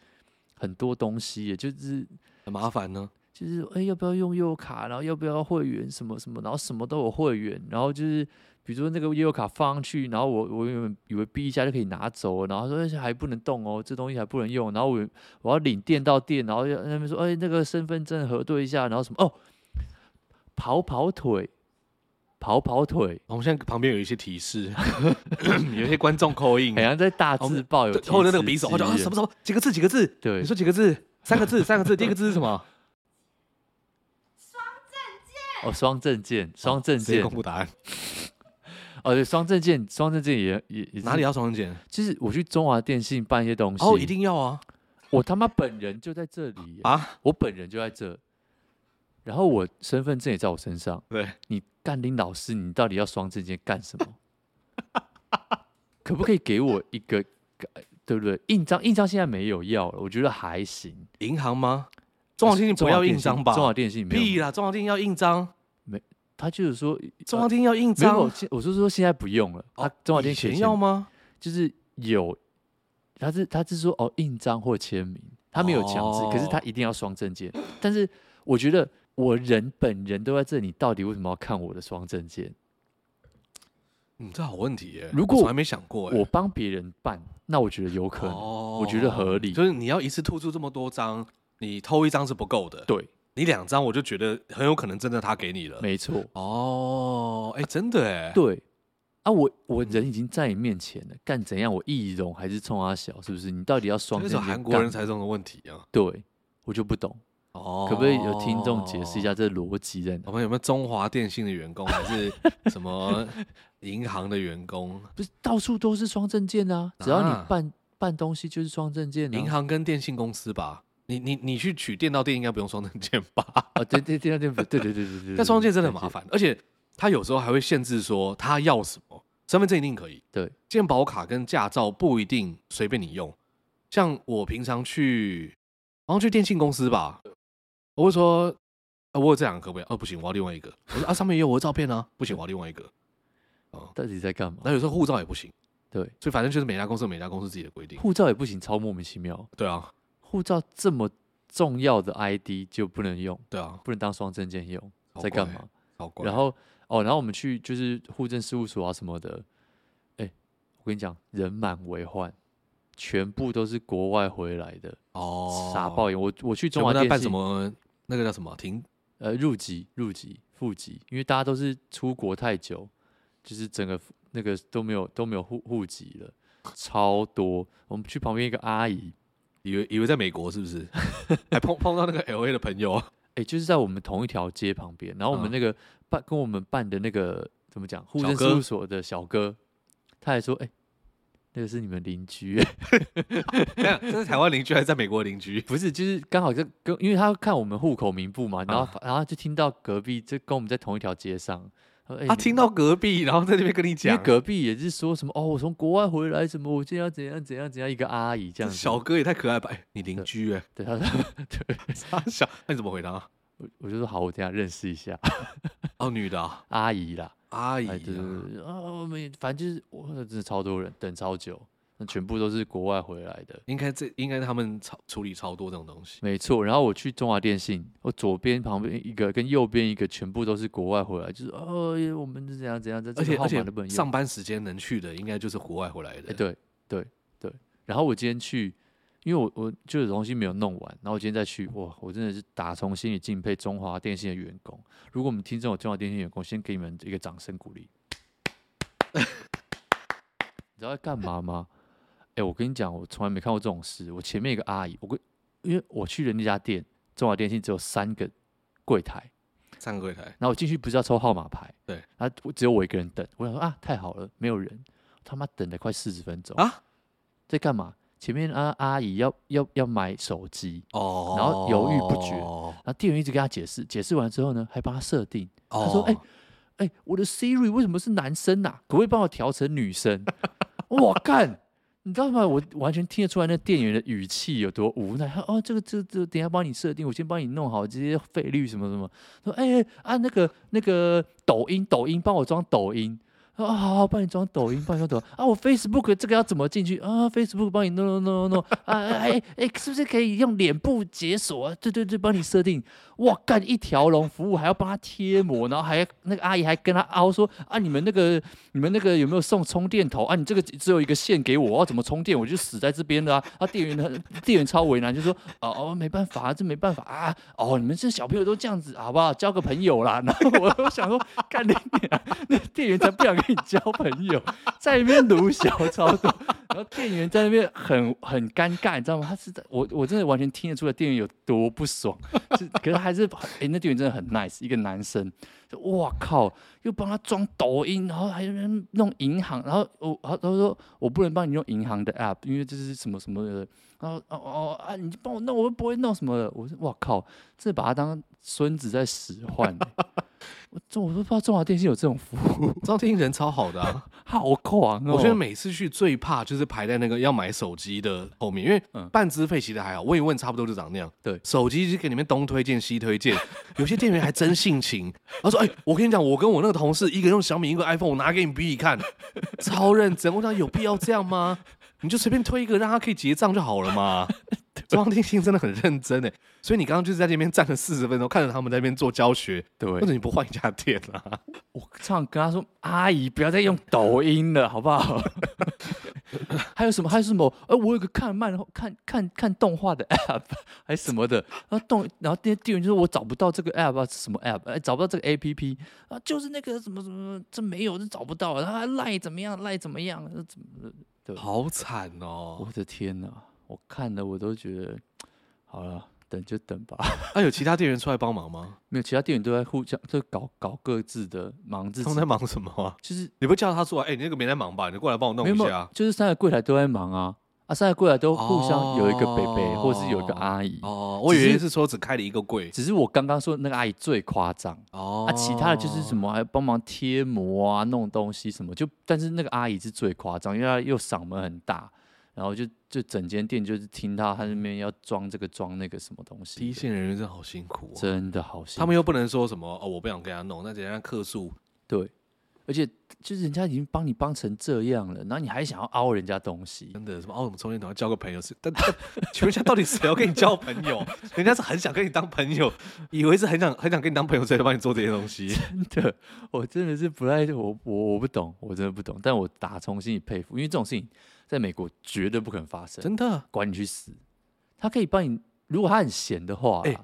S3: 很多东西耶，就是
S2: 很麻烦呢。
S3: 就是哎、诶要不要用悠游卡，然后要不要会员什么什么，然后什么都有会员，然后就是比如说那个悠游卡放上去，然后我我原本以为逼一下就可以拿走了，然后他说、哎还不能动哦，这东西还不能用，然后我我要领店到店，然后要那边说哎、那个身份证核对一下，然后什么哦，跑跑腿跑跑腿，
S2: 我们现在旁边有一些提示， 有一些观众扣印
S3: 好，像在大字报有
S2: 嗯哦对
S3: 提
S2: 或者那个
S3: 词
S2: 匕首，
S3: 之
S2: 我就啊
S3: 言
S2: 什么什么几个字几个字，
S3: 对
S2: 你说几个字，三个 字三个字，第一个字是什么？
S3: 哦，双证件，双证
S2: 直接
S3: 件
S2: 公，布答案，
S3: 哦对，双证件，双证件也也也是
S2: 哪里？要双人剪？
S3: 其实我去中华电信办一些东西，
S2: 哦，一定要啊
S3: 我他妈本人就在这里耶
S2: 啊！
S3: 我本人就在这，然后我身份证也在我身上。
S2: 对，
S3: 你干林老师，你到底要双证件干什么？ 可不可以给我一个，呃对不对？印章，印章现在没有要了，我觉得还行。
S2: 银行吗？中华电信不呃要印章吧？
S3: 中华电信没
S2: 屁
S3: 有，
S2: 啦，中华电信要印章，
S3: 他就是说
S2: 中华电信要印
S3: 没
S2: 章。
S3: 有，现我是说现在不用了。他
S2: 哦
S3: 中华电
S2: 以
S3: 信
S2: 前
S3: 写
S2: 要吗？
S3: 就是有，他是他是说哦印章或签名，他没有强制，可是他
S2: 哦
S3: 一定要双证件。但是我觉得我人本人都在这里，到底为什么要看我的双证件？
S2: 嗯，这好问题耶，
S3: 如果
S2: 我从来没想过耶，
S3: 我帮别人办，那我觉得有可能，
S2: 哦
S3: 我觉得合理。
S2: 就是你要一次突出这么多张，你偷一张是不够的，
S3: 对，
S2: 你两张我就觉得很有可能真的他给你了。
S3: 没错，
S2: 哦，哎，真的哎，
S3: 对。啊，我我
S2: 嗯
S3: 人已经在你面前了，干怎样？我易容还是冲阿小？是不是？你到底要双
S2: 这
S3: 证
S2: 是
S3: 件？
S2: 韩国人才这种的问题啊。
S3: 对，我就不懂，
S2: 哦，
S3: 可不可以有听众解释一？下这逻辑在哪？
S2: 我们有没有中华电信的员工，还 是什么银行的员工？
S3: 不是到处都是双证件啊，只要
S2: 啊
S3: 你办、办东西就是双证件、啊。
S2: 银行跟电信公司吧。你你你去取电到店应该不用双证件吧？
S3: 啊，对对对对对对对对对对，
S2: 但双证件真的很
S3: 对
S2: 麻。烦，而且他有时候还会限制说他要什么，身份证一定可以，
S3: 对，
S2: 健保卡跟驾照不一定随便你用。像我平常去，好像去电信公司吧，我会说，啊、我有这两个可不可以？哦、不行，我要另外一个。我说啊，上面也有我的照片啊，不行，我要另外一个。
S3: 到底在干嘛？
S2: 那有时候护照也不行。
S3: 对，
S2: 所以反正就是每家公司有每家公司自己的规定。
S3: 护照也不行，超莫名其妙。
S2: 对啊，
S3: 护照这么重要的 ID 就不能用，
S2: 对啊，
S3: 不能当双证件用，
S2: 好
S3: 在干
S2: 哦怪
S3: 嘛？
S2: 好怪。
S3: 然后哦，然后我们去就是户政事务所啊什么的，哎，我跟你讲，人满为患，全部都是国外回来的，
S2: 哦，
S3: 傻爆眼。我我去中
S2: 全部
S3: 华
S2: 在
S3: 电
S2: 办
S3: 信
S2: 什么？那个叫什么？停
S3: 呃入籍、入籍、户籍，因为大家都是出国太久，就是整个那个都没有都没有户户籍了，超多。我们去旁边一个阿姨，
S2: 以为以为在美国是不是？还碰碰到那个 L A 的朋友，
S3: 哎、就是在我们同一条街旁边，然后我们
S2: 嗯
S3: 那个办、跟我们办的那个怎么讲，户
S2: 小
S3: 政事
S2: 哥
S3: 务所的小哥，他还说，哎、那个是你们邻居，
S2: 这样这是台湾邻居还是在美国的邻居？
S3: 不是，就是刚好就跟，因为他看我们户口名簿嘛，然
S2: 嗯
S3: 后、然后就听到隔壁就跟我们在同一条街上，他说哎你
S2: 他啊听到隔壁，然后在那边跟你
S3: 因为
S2: 讲，
S3: 隔壁也是说什么哦，我从国外回来，什么我今天要怎样怎样怎样，一个阿姨这
S2: 这
S3: 样子。
S2: 小哥也太可爱吧？哎，你邻居哎，
S3: 对，他说 对，
S2: 傻小，那你怎么回答？
S3: 我我就说好，我等一下认识一下
S2: 哦，女的啊
S3: 阿姨啦，
S2: 阿姨
S3: 哎，对对
S2: 啊，
S3: 对对，啊，我们也反正就是我真的超多人，等超久，那全部都是国外回来的，
S2: 应该这应该他们超处理超多这种东西。
S3: 没错。然后我去中华电信，我左边旁边一个跟右边一个全部都是国外回来，就是哦，我们是怎样怎样，这
S2: 而
S3: 这
S2: 且
S3: 个号
S2: 而
S3: 码都不
S2: 且
S3: 能用。
S2: 上班时间能去的，应该就是国外回来
S3: 哎，
S2: 的。
S3: 对对对。然后我今天去，因为我我就有东西没有弄完，然后我今天再去，哇，我真的是打从心里敬佩中华电信的员工。如果我们听众有中华电信员工，先给你们一个掌声鼓励。 你知道在干嘛吗？哎、我跟你讲，我从来没看过这种事。我前面一个阿姨，我跟因为我去的那家店，中华电信只有三个柜台，
S2: 上个柜台，
S3: 然后我进去不是要抽号码牌，
S2: 对，
S3: 然后我只有我一个人等，我想说啊，太好了，没有人，他妈等了快四十分钟
S2: 啊，
S3: 在干嘛？前面阿阿姨要要要买手机，
S2: 哦，
S3: 然后犹豫不决
S2: 哦
S3: 然后店员一直跟她解释，解释完之后呢，还帮她设定，
S2: 他
S3: 她说哎哎、我的 Siri 为什么是男生呐、啊可不可以帮我调成女生？ 我干，你知道吗？我完全听得出来那店员的语气有多无奈。他哦，这个这个、这个，等一下帮你设定，我先帮你弄好这些费率什么什么。说哎、哎啊，那个那个抖音抖音，帮我装抖音。啊，好好帮你装抖音，帮你装抖音啊，我 Facebook 这个要怎么进去啊？Facebook 帮你弄弄弄弄弄啊，哎哎哎，是不是可以用脸部解锁啊？对对对，帮你设定。哇，干一条龙服务，还要帮他贴膜，然后还那个阿姨还跟他凹说啊，你们那个你们那个有没有送充电头啊？你这个只有一个线给我，我要怎么充电？我就死在这边的啊！啊，店员很店员超为难，就说哦哦，没办法，这没办法啊，哦，你们这小朋友都这样子，好不好？交个朋友啦。然后我我想说，干你娘那店员才不想跟你交朋友，在那边鲁小超多。然后店员在那边很很尴尬，你知道吗？他是在我我真的完全听得出来店员有多不爽，是可是还是哎、诶那店员真的很 nice，一个男生，就哇靠，又帮他装抖音，然后还有人弄银行，然后我他他说我不能帮你用银行的 app，因为这是什么什么的，然后哦哦啊，你帮我弄，我又不会弄什么的，我说哇靠，这把他当孙子在使唤、欸 我中我都不知道中华电信有这种服务，
S2: 张天翼人超好的、啊，
S3: 好狂哦！
S2: 我觉得每次去最怕就是排在那个要买手机的后面，因为
S3: 嗯
S2: 办资费其实还好，问一问差不多就长那样。
S3: 对
S2: 手机就给你们东推荐西推荐， 有些店员还真性情，他说：“哎、我跟你讲，我跟我那个同事，一个用小米，一个 iPhone，我拿给你比比看， 超认真。”我想有必要这样吗？你就随便推一个，让他可以结账就好 了嘛。中央电信真的很认真哎，所以你刚刚就是在那边站了四十分钟，看着他们在那边做教学，
S3: 对
S2: 为什么你不换一家店啊？
S3: 我唱跟他说：“阿姨，不要再用抖音了，好不 好？”还有什么？还有什么？呃，我有个看漫看看看动画的 app，还 什么的。然后动，然后店店员就说：“我找不到这个 app 啊，什么 app？哎，找不到这个 app 啊，就是那个什么什么，这没有，这找不到。然后赖怎么样？赖怎么样？这怎么？
S2: 好惨哦！
S3: 我的天哪！我看了我都觉得，好了，等就等吧。
S2: 啊，有其他店员出来帮忙吗？
S3: 没有，其他店员都在互相都搞搞各自的忙自己
S2: 他们，在忙什么啊？
S3: 就是
S2: 你不叫他出来？哎、你那个没在忙吧？你过来帮我弄
S3: 没有
S2: 一
S3: 没
S2: 下
S3: 有
S2: 啊。，
S3: 就是三个柜台都在忙啊，啊，三个柜台都互相有一个北北，或是有一个
S2: 哦
S3: 阿姨。
S2: 哦，我以为
S3: 只
S2: 是说只开了一个柜。
S3: 只是我刚刚说的那个阿姨最夸张，
S2: 哦
S3: 啊，其他的就是什么还帮忙贴膜啊、弄东西什么，就但是那个阿姨是最夸张，因为她又嗓门很大，然后就就整间店就是听她她那边要装这个装那个什么东
S2: 第一
S3: 西的，
S2: 线人员真的好辛苦、哦，
S3: 真的好辛苦。
S2: 他们又不能说什么哦，我不想跟他弄，那人家客诉。
S3: 对，而且就是人家已经帮你帮成这样了，然后你还想要凹人家东西，
S2: 真的什么哦，我们充电头要交个朋友是，但但请问一下，到底谁要跟你交朋友？人家是很想跟你当朋友，以为是很想很想跟你当朋友，所以才帮你做这些东西。
S3: 真的，我真的是不太，我我我不懂，我真的不懂，但我打从心里佩服，因为这种事情在美国绝对不可能发生，
S2: 真的。
S3: 管你去死，他可以帮你，如果他很闲的话啦，
S2: 哎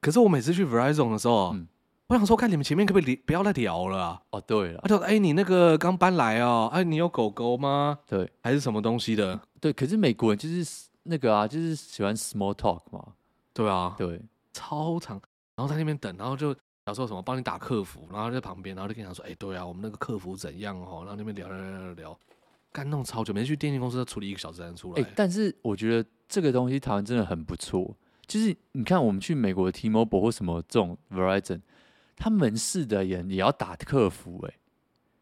S2: 可是我每次去 Verizon 的时候，
S3: 嗯
S2: 我想说，看你们前面可不可以不要再聊了、啊？
S3: 哦对了
S2: 他，就说哎，你那个刚搬来哦，哎，你有狗狗吗？
S3: 对
S2: 还是什么东西的？
S3: 对，可是美国人就是那个啊，就是喜欢 small talk 嘛，
S2: 对啊，
S3: 对，
S2: 超长，然后在那边等，然后就想说什么帮你打客服，然后在旁边，然后就跟你讲说，哎，对啊，我们那个客服怎样哦，然后那边聊聊聊聊聊，干弄超久，每次去电信公司要处理一个小时才能出
S3: 哎、
S2: 来。
S3: 但是我觉得这个东西台湾真的很不错，就是你看我们去美国的 T-Mobile 或什么这种 Verizon，他门市的人也要打客服、哎，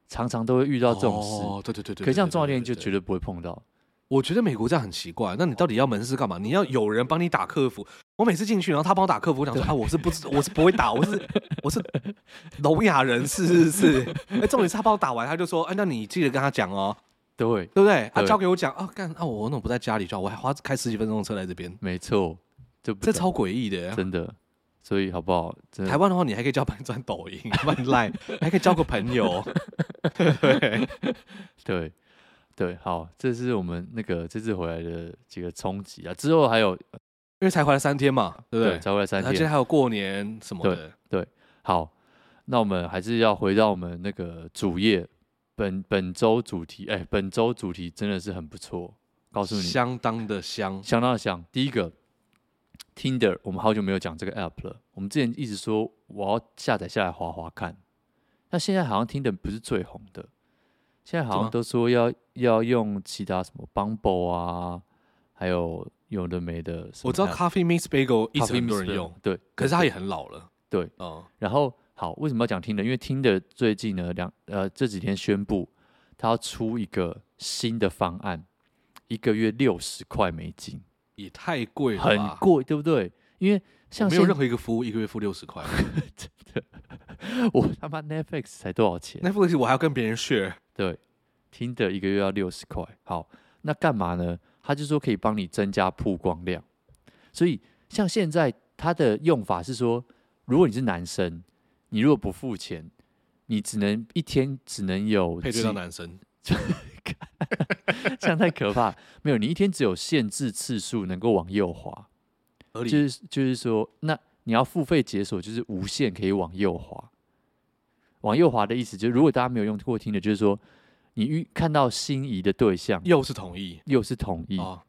S3: 常常都会遇到这种事。
S2: 哦，对对对对。
S3: 可是像
S2: 对
S3: 中华电信
S2: 对
S3: 就
S2: 对对
S3: 绝对不会碰到，
S2: 我觉得美国这样很奇怪。那你到底要门市干嘛？你要有人帮你打客服。我每次进去，然后他帮我打客服，我想说啊，我是不 知，我是不会打，我是我是聋哑人，是是是。哎，重点是他帮我打完，他就说，哎，那你记得跟他讲哦，
S3: 对，
S2: 对不对？他
S3: 对
S2: 交给我讲啊，干啊，我那种不在家里就好，我还花开十几分钟的车来这边，
S3: 没错，就不
S2: 这
S3: 懂
S2: 超诡异的。
S3: 真的，所以好不好？真的
S2: 台湾的话，你还可以交朋友转抖音、 转 Line，还可以交个朋 友。
S3: 对对，好，这是我们那个这次回来的几个冲击啊，之后还有
S2: 因为才回来三天嘛，对不对？
S3: 才回来三
S2: 然后接
S3: 天
S2: 下来，还有过年什么的。
S3: 好，那我们还是要回到我们那个主页，本本周主题，哎，本周主题真的是很不错，告诉你，
S2: 相当的香，
S3: 相当的香。第一个，Tinder，我们好久没有讲这个 app 了，我们之前一直说我要下载下来滑滑看，那现在好像 Tinder 不是最红的，现在好
S2: 是
S3: 像
S2: 吗
S3: 都说要要用其他什么 Bumble 啊，还有有的没的什么 app，
S2: 我知道 Coffee Mix Bagel 一直
S3: Coffee
S2: 很多人
S3: Mister，
S2: 用，
S3: 对，
S2: 可是它也很老了。
S3: 对，
S2: 哦、
S3: 然后好，为什么要讲 Tinder？因为 Tinder 最近呢两呃这几天宣布，它要出一个新的方案，一个月六十块美金，
S2: 也太贵了
S3: 很
S2: 吧，
S3: 贵，对不对？因为像
S2: 我没有
S3: 现
S2: 任何一个服务一个月付六十块
S3: 我他妈 Netflix 才多少钱？
S2: ，Netflix 我还要跟别人 share，
S3: 对听的一个月要六十块。好，那干嘛呢？他就说可以帮你增加曝光量，所以像现在它的用法是说，如果你是男生，你如果不付钱，你只能一天只能有
S2: 配对
S3: 几
S2: 到男生，
S3: 这样太可怕。没有，你一天只有限制次数能够往右滑，
S2: 合理。
S3: 就是就是说，那你要付费解锁，就是无限可以往右滑。往右滑的意思就是，如果大家没有用过听的，就是说你遇看到心仪的对象，
S2: 又是同意
S3: 又是统一，
S2: 啊，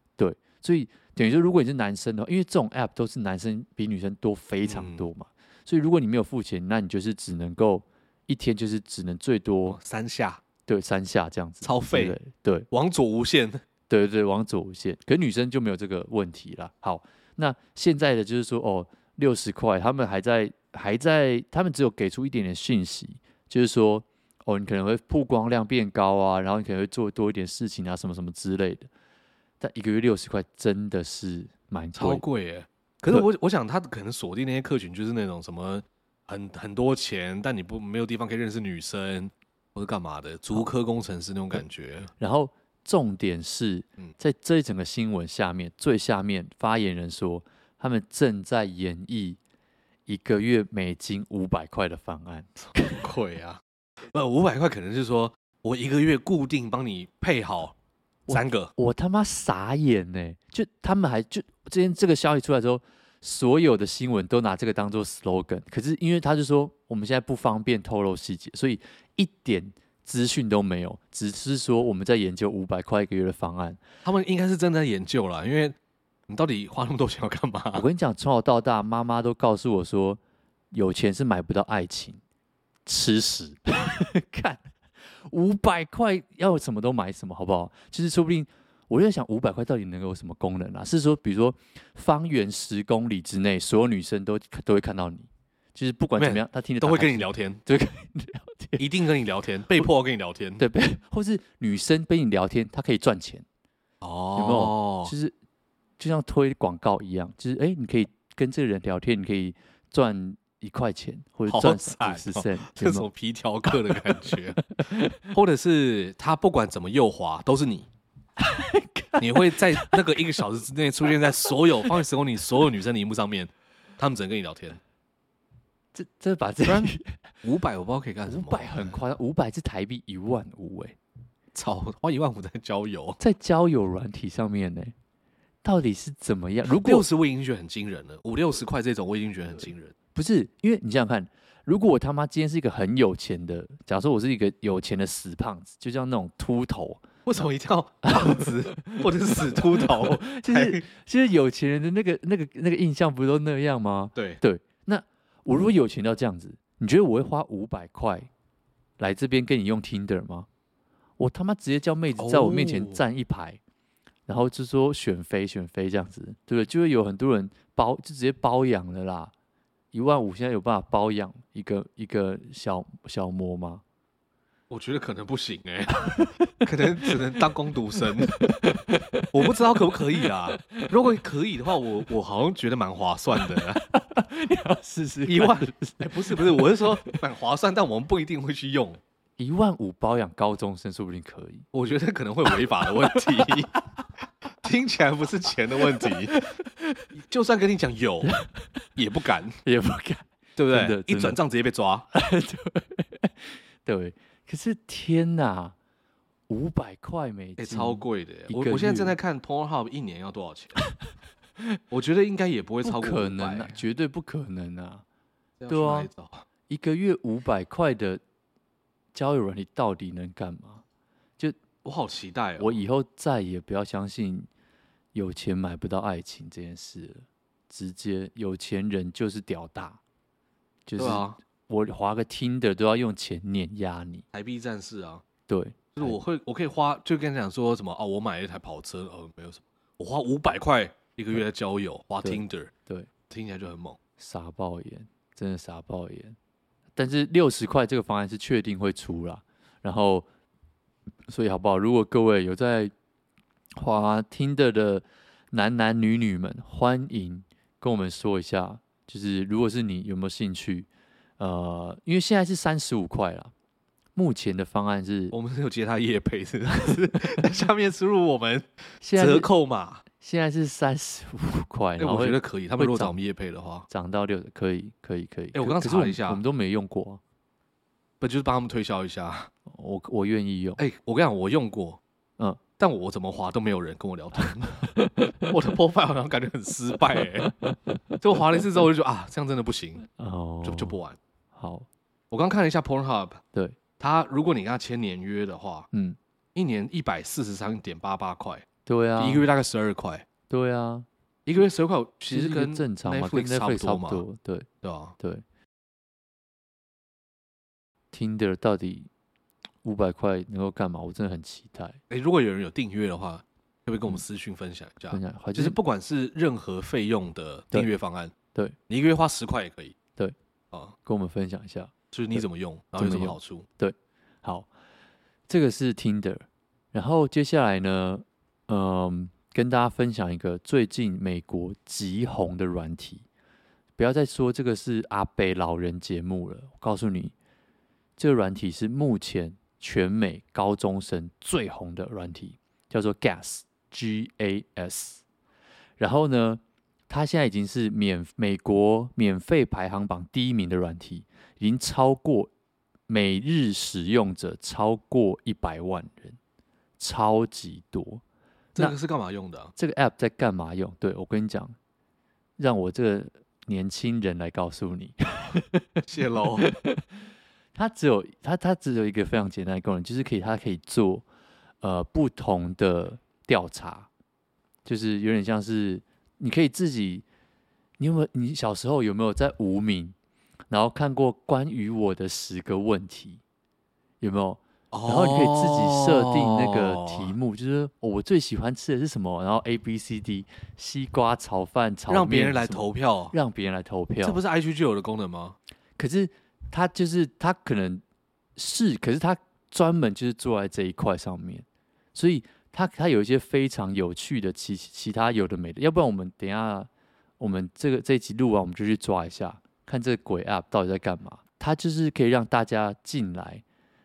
S3: 所以等于说，如果你是男生的话，因为这种 app 都是男生比女生多非常
S2: 嗯
S3: 多嘛，所以如果你没有付钱，那你就是只能够一天就是只能最多
S2: 三下
S3: 对三下这样子，
S2: 哦超
S3: 对
S2: 废
S3: 不，对？对，
S2: 往左无限，
S3: 对对，往左无限。可女生就没有这个问题啦。好，那现在的就是说，哦，六十块，他们还在还在，他们只有给出一点点讯息，就是说，哦，你可能会曝光量变高啊，然后你可能会做多一点事情啊，什么什么之类的。但一个月六十块真的是蛮贵
S2: 超
S3: 的，
S2: 贵耶。可是
S3: 对
S2: 我我想他可能锁定那些客群就是那种什么很很多钱，但你不没有地方可以认识女生或者干嘛的，足科工程师那种感 觉。
S3: 然后重点是
S2: 嗯，
S3: 在这一整个新闻下面最下面，发言人说他们正在演绎一个月美金五百块的方案。
S2: 贵啊！不，五百块可能是说我一个月固定帮你配好
S3: 我
S2: 三个，
S3: 我他妈傻眼呢、就他们还就之前这个消息出来之后，所有的新闻都拿这个当做 slogan。可是因为他就说我们现在不方便透露细节，所以一点资讯都没有，只是说我们在研究五百块一个月的方案。
S2: 他们应该是正在研究啦，因为你到底花那么多钱要干嘛？
S3: 我跟你讲，从小到大，妈妈都告诉我说，有钱是买不到爱情，吃屎。 看五百块要什么都买什么，好不好？其实说不定，我就在想，五百块到底能有什么功能啊？是说，比如说方圆十公里之内，所有女生都都会看到你，就是不管怎么样，她听得
S2: 都会
S3: 打开
S2: 跟你聊 天，
S3: 对跟
S2: 你聊天，一定跟你聊天，被迫跟你聊天。
S3: 对不对？或是女生跟你聊天，她可以赚钱。
S2: 哦，
S3: 就是就像推广告一样，就是哎、诶你可以跟这个人聊天，你可以赚一块钱或者
S2: 好
S3: 赚
S2: 惨
S3: 五
S2: 哦
S3: 十 cent，
S2: 这种皮条客的感觉， 或者是他不管怎么右滑都是 你，你会在那个一个小时之内出现在所有方圆十公里所有女生的荧幕上面，他们只能跟你聊天。
S3: 这这把这
S2: 不然五百我不知道可以干什
S3: 五
S2: 么，
S3: 百很夸张，五百是台币一万五哎，
S2: 操，花一万五在郊游，
S3: 在交友软体上面呢、到底是怎么样？如
S2: 六
S3: 果
S2: 十我已经觉得很惊人了，五六十块这种我已经觉得很惊人。
S3: 不是因为你想想看，如果我他妈今天是一个很有钱的，假如说我是一个有钱的死胖子，就像那种秃头，
S2: 为什么一定要胖子 或者是死秃 头？
S3: 就是就是有钱人的那个那个那个印象不都那样吗？
S2: 对，
S3: 我
S2: 嗯
S3: 如果有钱到这样子，你觉得我会花五百块来这边跟你用 Tinder 吗？我他妈直接叫妹子在我面前
S2: 哦
S3: 站一排，然后就说选妃选妃这样子，对不对？就会有很多人包就直接包养了啦。一万五现在有办法包养一个一个小小模 吗？
S2: 我觉得可能不行 哎、可能只能当工读生，我不知道可不可以啊。如果可以的话，我我好像觉得蛮划算的。
S3: 试试
S2: 一万，哎、不是不是，我是说蛮划算，但我们不一定会去用。
S3: 一万五包养高中生说不定可以。
S2: 我觉得可能会违法的问题， 听起来不是钱的问题。就算跟你讲有，也不敢，
S3: 也不敢。
S2: 对不
S3: 真的
S2: 对？
S3: 真
S2: 一
S3: 的嗯
S2: 转账直接被抓。
S3: 对，可是天哪，五百块美
S2: 哎、
S3: 金，
S2: 超贵的耶！
S3: 一
S2: 我
S3: 个
S2: 我现在正
S3: 月
S2: 在看 Pornhub 一年要多少钱，啊我觉得应该也不会
S3: 不
S2: 超过欸
S3: 可
S2: 500
S3: 能啊，绝对不可能啊！
S2: 这要
S3: 对
S2: 去
S3: 啊
S2: 哪里找
S3: 一个月五百块的交友软体到底能干嘛？
S2: 我好期待哦！
S3: 我以后再也不要相信有钱买不到爱情这件事了，直接有钱人就是屌大，就是
S2: 对啊，
S3: 我划个听的都要用钱碾压你。
S2: 台币战士啊，
S3: 对，
S2: 就是我会我可以花，就跟你讲说什么哦，我买了一台跑车，哦，没有什么，我花五百块一个月在交友，花
S3: 嗯对
S2: Tinder，
S3: 对，
S2: 听起来就很猛。
S3: 傻爆眼，真的傻爆眼。但是六十块这个方案是确定会出啦，然后所以好不好？如果各位有在花听的的男男女女们，欢迎跟我们说一下，就是如果是你有没有兴趣？呃，因为现在是三十五块啦，目前的方案是
S2: 我们是有接他夜配，是不是？ 在下面输入我们
S3: 现在
S2: 折
S3: 是
S2: 扣码，
S3: 现在是三十五块，
S2: 哎、
S3: 然后
S2: 我
S3: 会
S2: 觉得可以。他们如果
S3: 会
S2: 找
S3: 涨
S2: 我们夜配的话，
S3: 涨到六，可以可以可以。
S2: 哎我
S3: 可
S2: 刚
S3: 可是
S2: 查了
S3: 们
S2: 一下
S3: 我们都没用过啊，
S2: 不就是帮他们推销一下？
S3: 我我愿意用。
S2: 哎、我跟你讲，我用过，
S3: 嗯，
S2: 但我怎么滑都没有人跟我聊天， 我的 profile 好像感觉很失败、哎， 就滑了一次之后，我就觉得啊，这样真的不行，
S3: 哦，
S2: 就就不玩。
S3: 好，
S2: 我刚看了一下 Pornhub，
S3: 对，
S2: 他如果你跟他签年约的话，
S3: 嗯，
S2: 一年一百四十三点八八块，
S3: 对啊，
S2: 一个月大概十二块，
S3: 对啊，
S2: 一个月十二块，其
S3: 是
S2: 实
S3: 一个
S2: 跟
S3: 正常嘛，跟
S2: Netflix 差不
S3: Netflix
S2: 多
S3: 差不
S2: 嘛，
S3: 多，对
S2: 对啊吧？
S3: 对。Tinder 到底五百块能够干嘛？我真的很期待。
S2: 哎、如果有人有订阅的话，可不可以跟我们私讯分享一下？
S3: 嗯分享，好
S2: 啊就是不管是任何费用的
S3: 对
S2: 订阅方案，
S3: 对
S2: 你一个月花十块也可以，
S3: 对
S2: 啊，
S3: 跟我们分享一下。
S2: 就是你
S3: 对
S2: 怎么用，然后有
S3: 怎
S2: 什
S3: 么
S2: 么
S3: 用
S2: 好处？
S3: 好，这个是 Tinder，然后接下来呢，嗯，跟大家分享一个最近美国极红的软体。不要再说这个是阿北老人节目了，我告诉你，这个软体是目前全美高中生最红的软体，叫做 Gas（G A S）。然后呢，它现在已经是免美国免费排行榜第一名的软体，已经超过每日使用者超过一百万人，超级多。
S2: 这
S3: 那
S2: 个是干嘛用 的啊、
S3: 这个 app 在干嘛用？对我跟你讲，让我这个年轻人来告诉你，
S2: 谢 喽。
S3: 它只有它它只有一个非常简单的功能，就是可以它可以做呃不同的调查，就是有点像是你可以自己，你有没有你小时候有没有在无名，然后看过关于我的十个问题，有没有？然
S2: 然
S3: 后你可以自己设定那个题目，就是、哦我最喜欢吃的是什么，然后 A B C D，西瓜炒饭、炒面，
S2: 让别人来，投票，
S3: 让别人来投票。
S2: 这不是 IG 就有的功能吗？
S3: 可是他就是他可能是，可是他专门就是做在这一块上面，所以他他有一些非常有趣的其其他有的没的，要不然我们等一下我们这个这一集录完我们就去抓一下，看这个鬼 app 到底在干嘛。它就是可以让大家进来，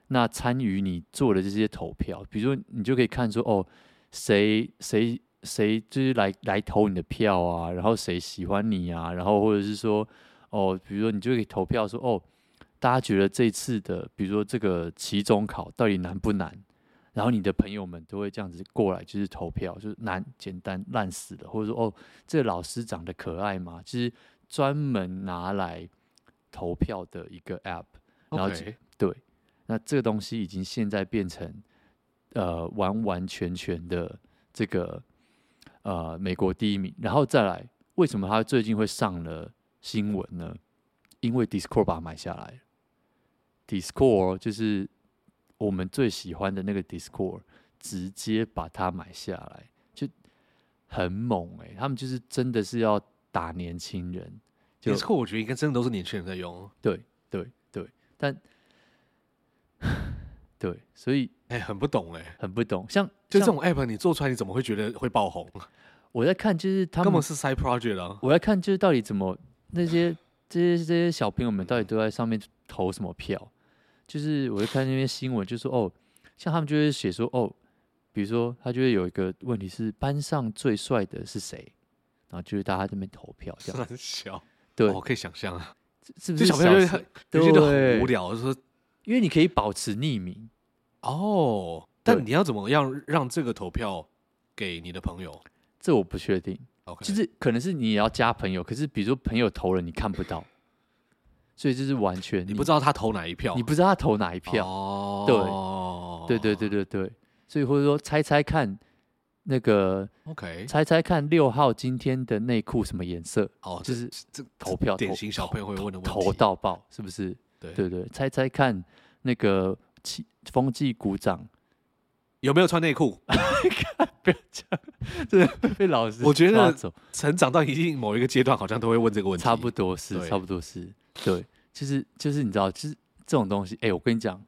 S3: 那参与你做的这些投票，比如说你就可以看说哦，谁谁谁就是来来投你的票啊，然后谁喜欢你啊，然后或者是说哦，比如说你就可以投票说，哦，大家觉得这次的，比如说这个期中考到底难不难？然后你的朋友们都会这样子过来，就是投票，就是难、简单、烂死了，或者说哦，这个老师长得可爱吗？就是专门拿来投票的一个 app。然后
S2: OK
S3: 对，那这个东西已经现在变成呃完完全全的这个呃美国第一名，然后再来，为什么它最近会上了新闻呢？因为 Discord 把它买下来了，Discord 就是我们最喜欢的那个 Discord，直接把它买下来，就很猛哎、他们就是真的是要打年轻人，就
S2: Discord 我觉得应该真的都是年轻人在用，
S3: 对对对，但对，所以
S2: 哎、很不懂哎、
S3: 很不懂。像
S2: 就这
S3: 像
S2: 种 app 你做出来，你怎么会觉得会爆红？
S3: 我在看，就是他
S2: 根
S3: 们
S2: 本，是 side project 啊。
S3: 我在看就是到底怎么那些这些这些小朋友们到底都在上面投什么票？就是我在看那些新闻，就说哦，像他们就会写说哦，比如说他就会有一个问题是班上最帅的是谁，然后就是大家这边投票这样，
S2: 很小，
S3: 对，
S2: 我可以想象啊，
S3: 是不
S2: 就是啊小朋友
S3: 时
S2: 就很有些就很
S3: 对
S2: 无聊，就说
S3: 因为你可以保持匿名，
S2: 哦，但
S3: 对
S2: 你要怎么样让这个投票给你的朋友
S3: 这我不确定。
S2: ？OK，
S3: 就是可能是你也要加朋友，可是比如说朋友投了你看不到，所以就是完全
S2: 你不知道他投哪一票，
S3: 你不知道他投哪一票，
S2: 哦，
S3: 对对对对对，所以或者说猜猜看那个
S2: 哦，OK，
S3: 猜猜看六号今天的内裤什么颜色，
S2: 哦，
S3: 就
S2: 这
S3: 是
S2: 这
S3: 投票
S2: 典
S3: 投
S2: 型小朋友会问的问题，
S3: 投到爆是不是？
S2: 对
S3: 对对，猜猜看那个气风纪鼓 掌，
S2: 有没有穿内裤？
S3: 不要这样，真的会被老师
S2: 我觉
S3: 抓
S2: 得
S3: 走
S2: 成长到一定某一个阶段，好像都会问这个问题，
S3: 差不多是，
S2: 对
S3: 差不多是，对，就是就是你知道，就是这种东西，哎、我跟你讲，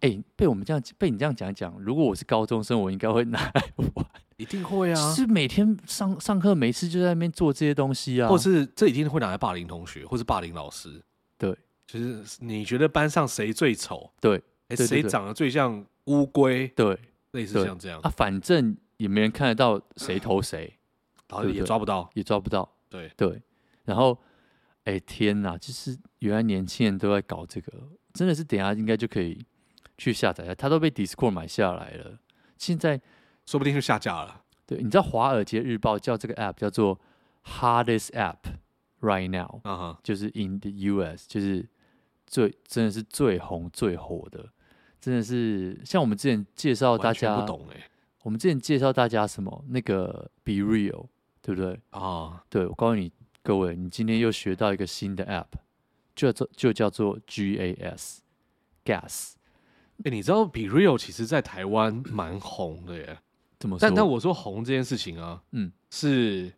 S3: 哎、被我们这样被你这样讲一讲，如果我是高中生，我应该会拿来玩，
S2: 一定会啊，
S3: 是每天上上课没事就在那边做这些东西啊，
S2: 或是这一定会拿来霸凌同学，或是霸凌老师，
S3: 对，
S2: 就是你觉得班上谁最丑？
S3: 对，
S2: 哎，
S3: 对对
S2: 谁
S3: 对
S2: 长得最像乌龟，
S3: 对
S2: 类似
S3: 对
S2: 像这样，
S3: 啊，反正也没人看得到谁投谁，
S2: 然后
S3: 对
S2: 也
S3: 对
S2: 抓不到。
S3: 也抓不到。
S2: 对，
S3: 对，然后，哎、天哪，就是原来年轻人都在搞这个，真的是等一下应该就可以去下载一下，它都被 Discord 买下来了。现在，
S2: 说不定就下架了。
S3: 对，你知道《华尔街日报》叫这个 app 叫做 Hardest App Right Now，
S2: 啊哈，
S3: 就是 in the US，就是最真的是最红最火的，真的是像我们之前介绍哦大
S2: 完全
S3: 家，
S2: 不懂哎
S3: 我们之前介绍大家什么那个 Be Real，对不对？
S2: 啊，
S3: 对，我告诉你各位，你今天又学到一个新的 app，就叫做就叫做 GAS Gas。
S2: 哎，你知道 Be Real 其实在台湾蛮红的耶，
S3: 怎么说？
S2: 但但我说红这件事情啊，
S3: 嗯，
S2: 是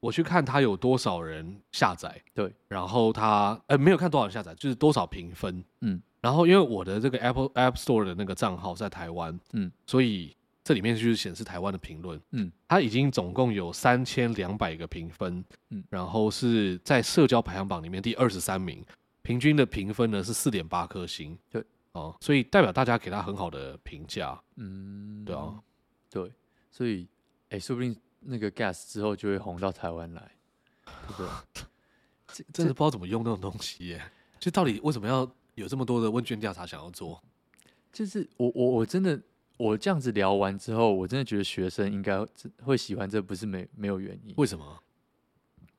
S2: 我去看它有多少人下载，
S3: 对，
S2: 然后它呃没有看多少人下载，就是多少评分，
S3: 嗯，
S2: 然后因为我的这个 Apple App Store 的那个账号在台湾，
S3: 嗯，
S2: 所以这里面就是显示台湾的评论，
S3: 嗯，
S2: 它已经总共有三千两百个评分，
S3: 嗯
S2: 然后是在社交排行榜里面第二十三名，平均的评分呢是四点八颗星，
S3: 对，
S2: 哦，所以代表大家给它很好的评价，
S3: 嗯，
S2: 对啊，
S3: 对，所以哎，说不定那个 Gas 之后就会红到台湾来，对不对？这
S2: 真
S3: 这
S2: 的不知道怎么用那种东西耶。 就到底为什么要有这么多的问卷调查想要做？
S3: 就是我我我真的我这样子聊完之后，我真的觉得学生应该真会喜欢这，不是没没有原因。
S2: 为什么？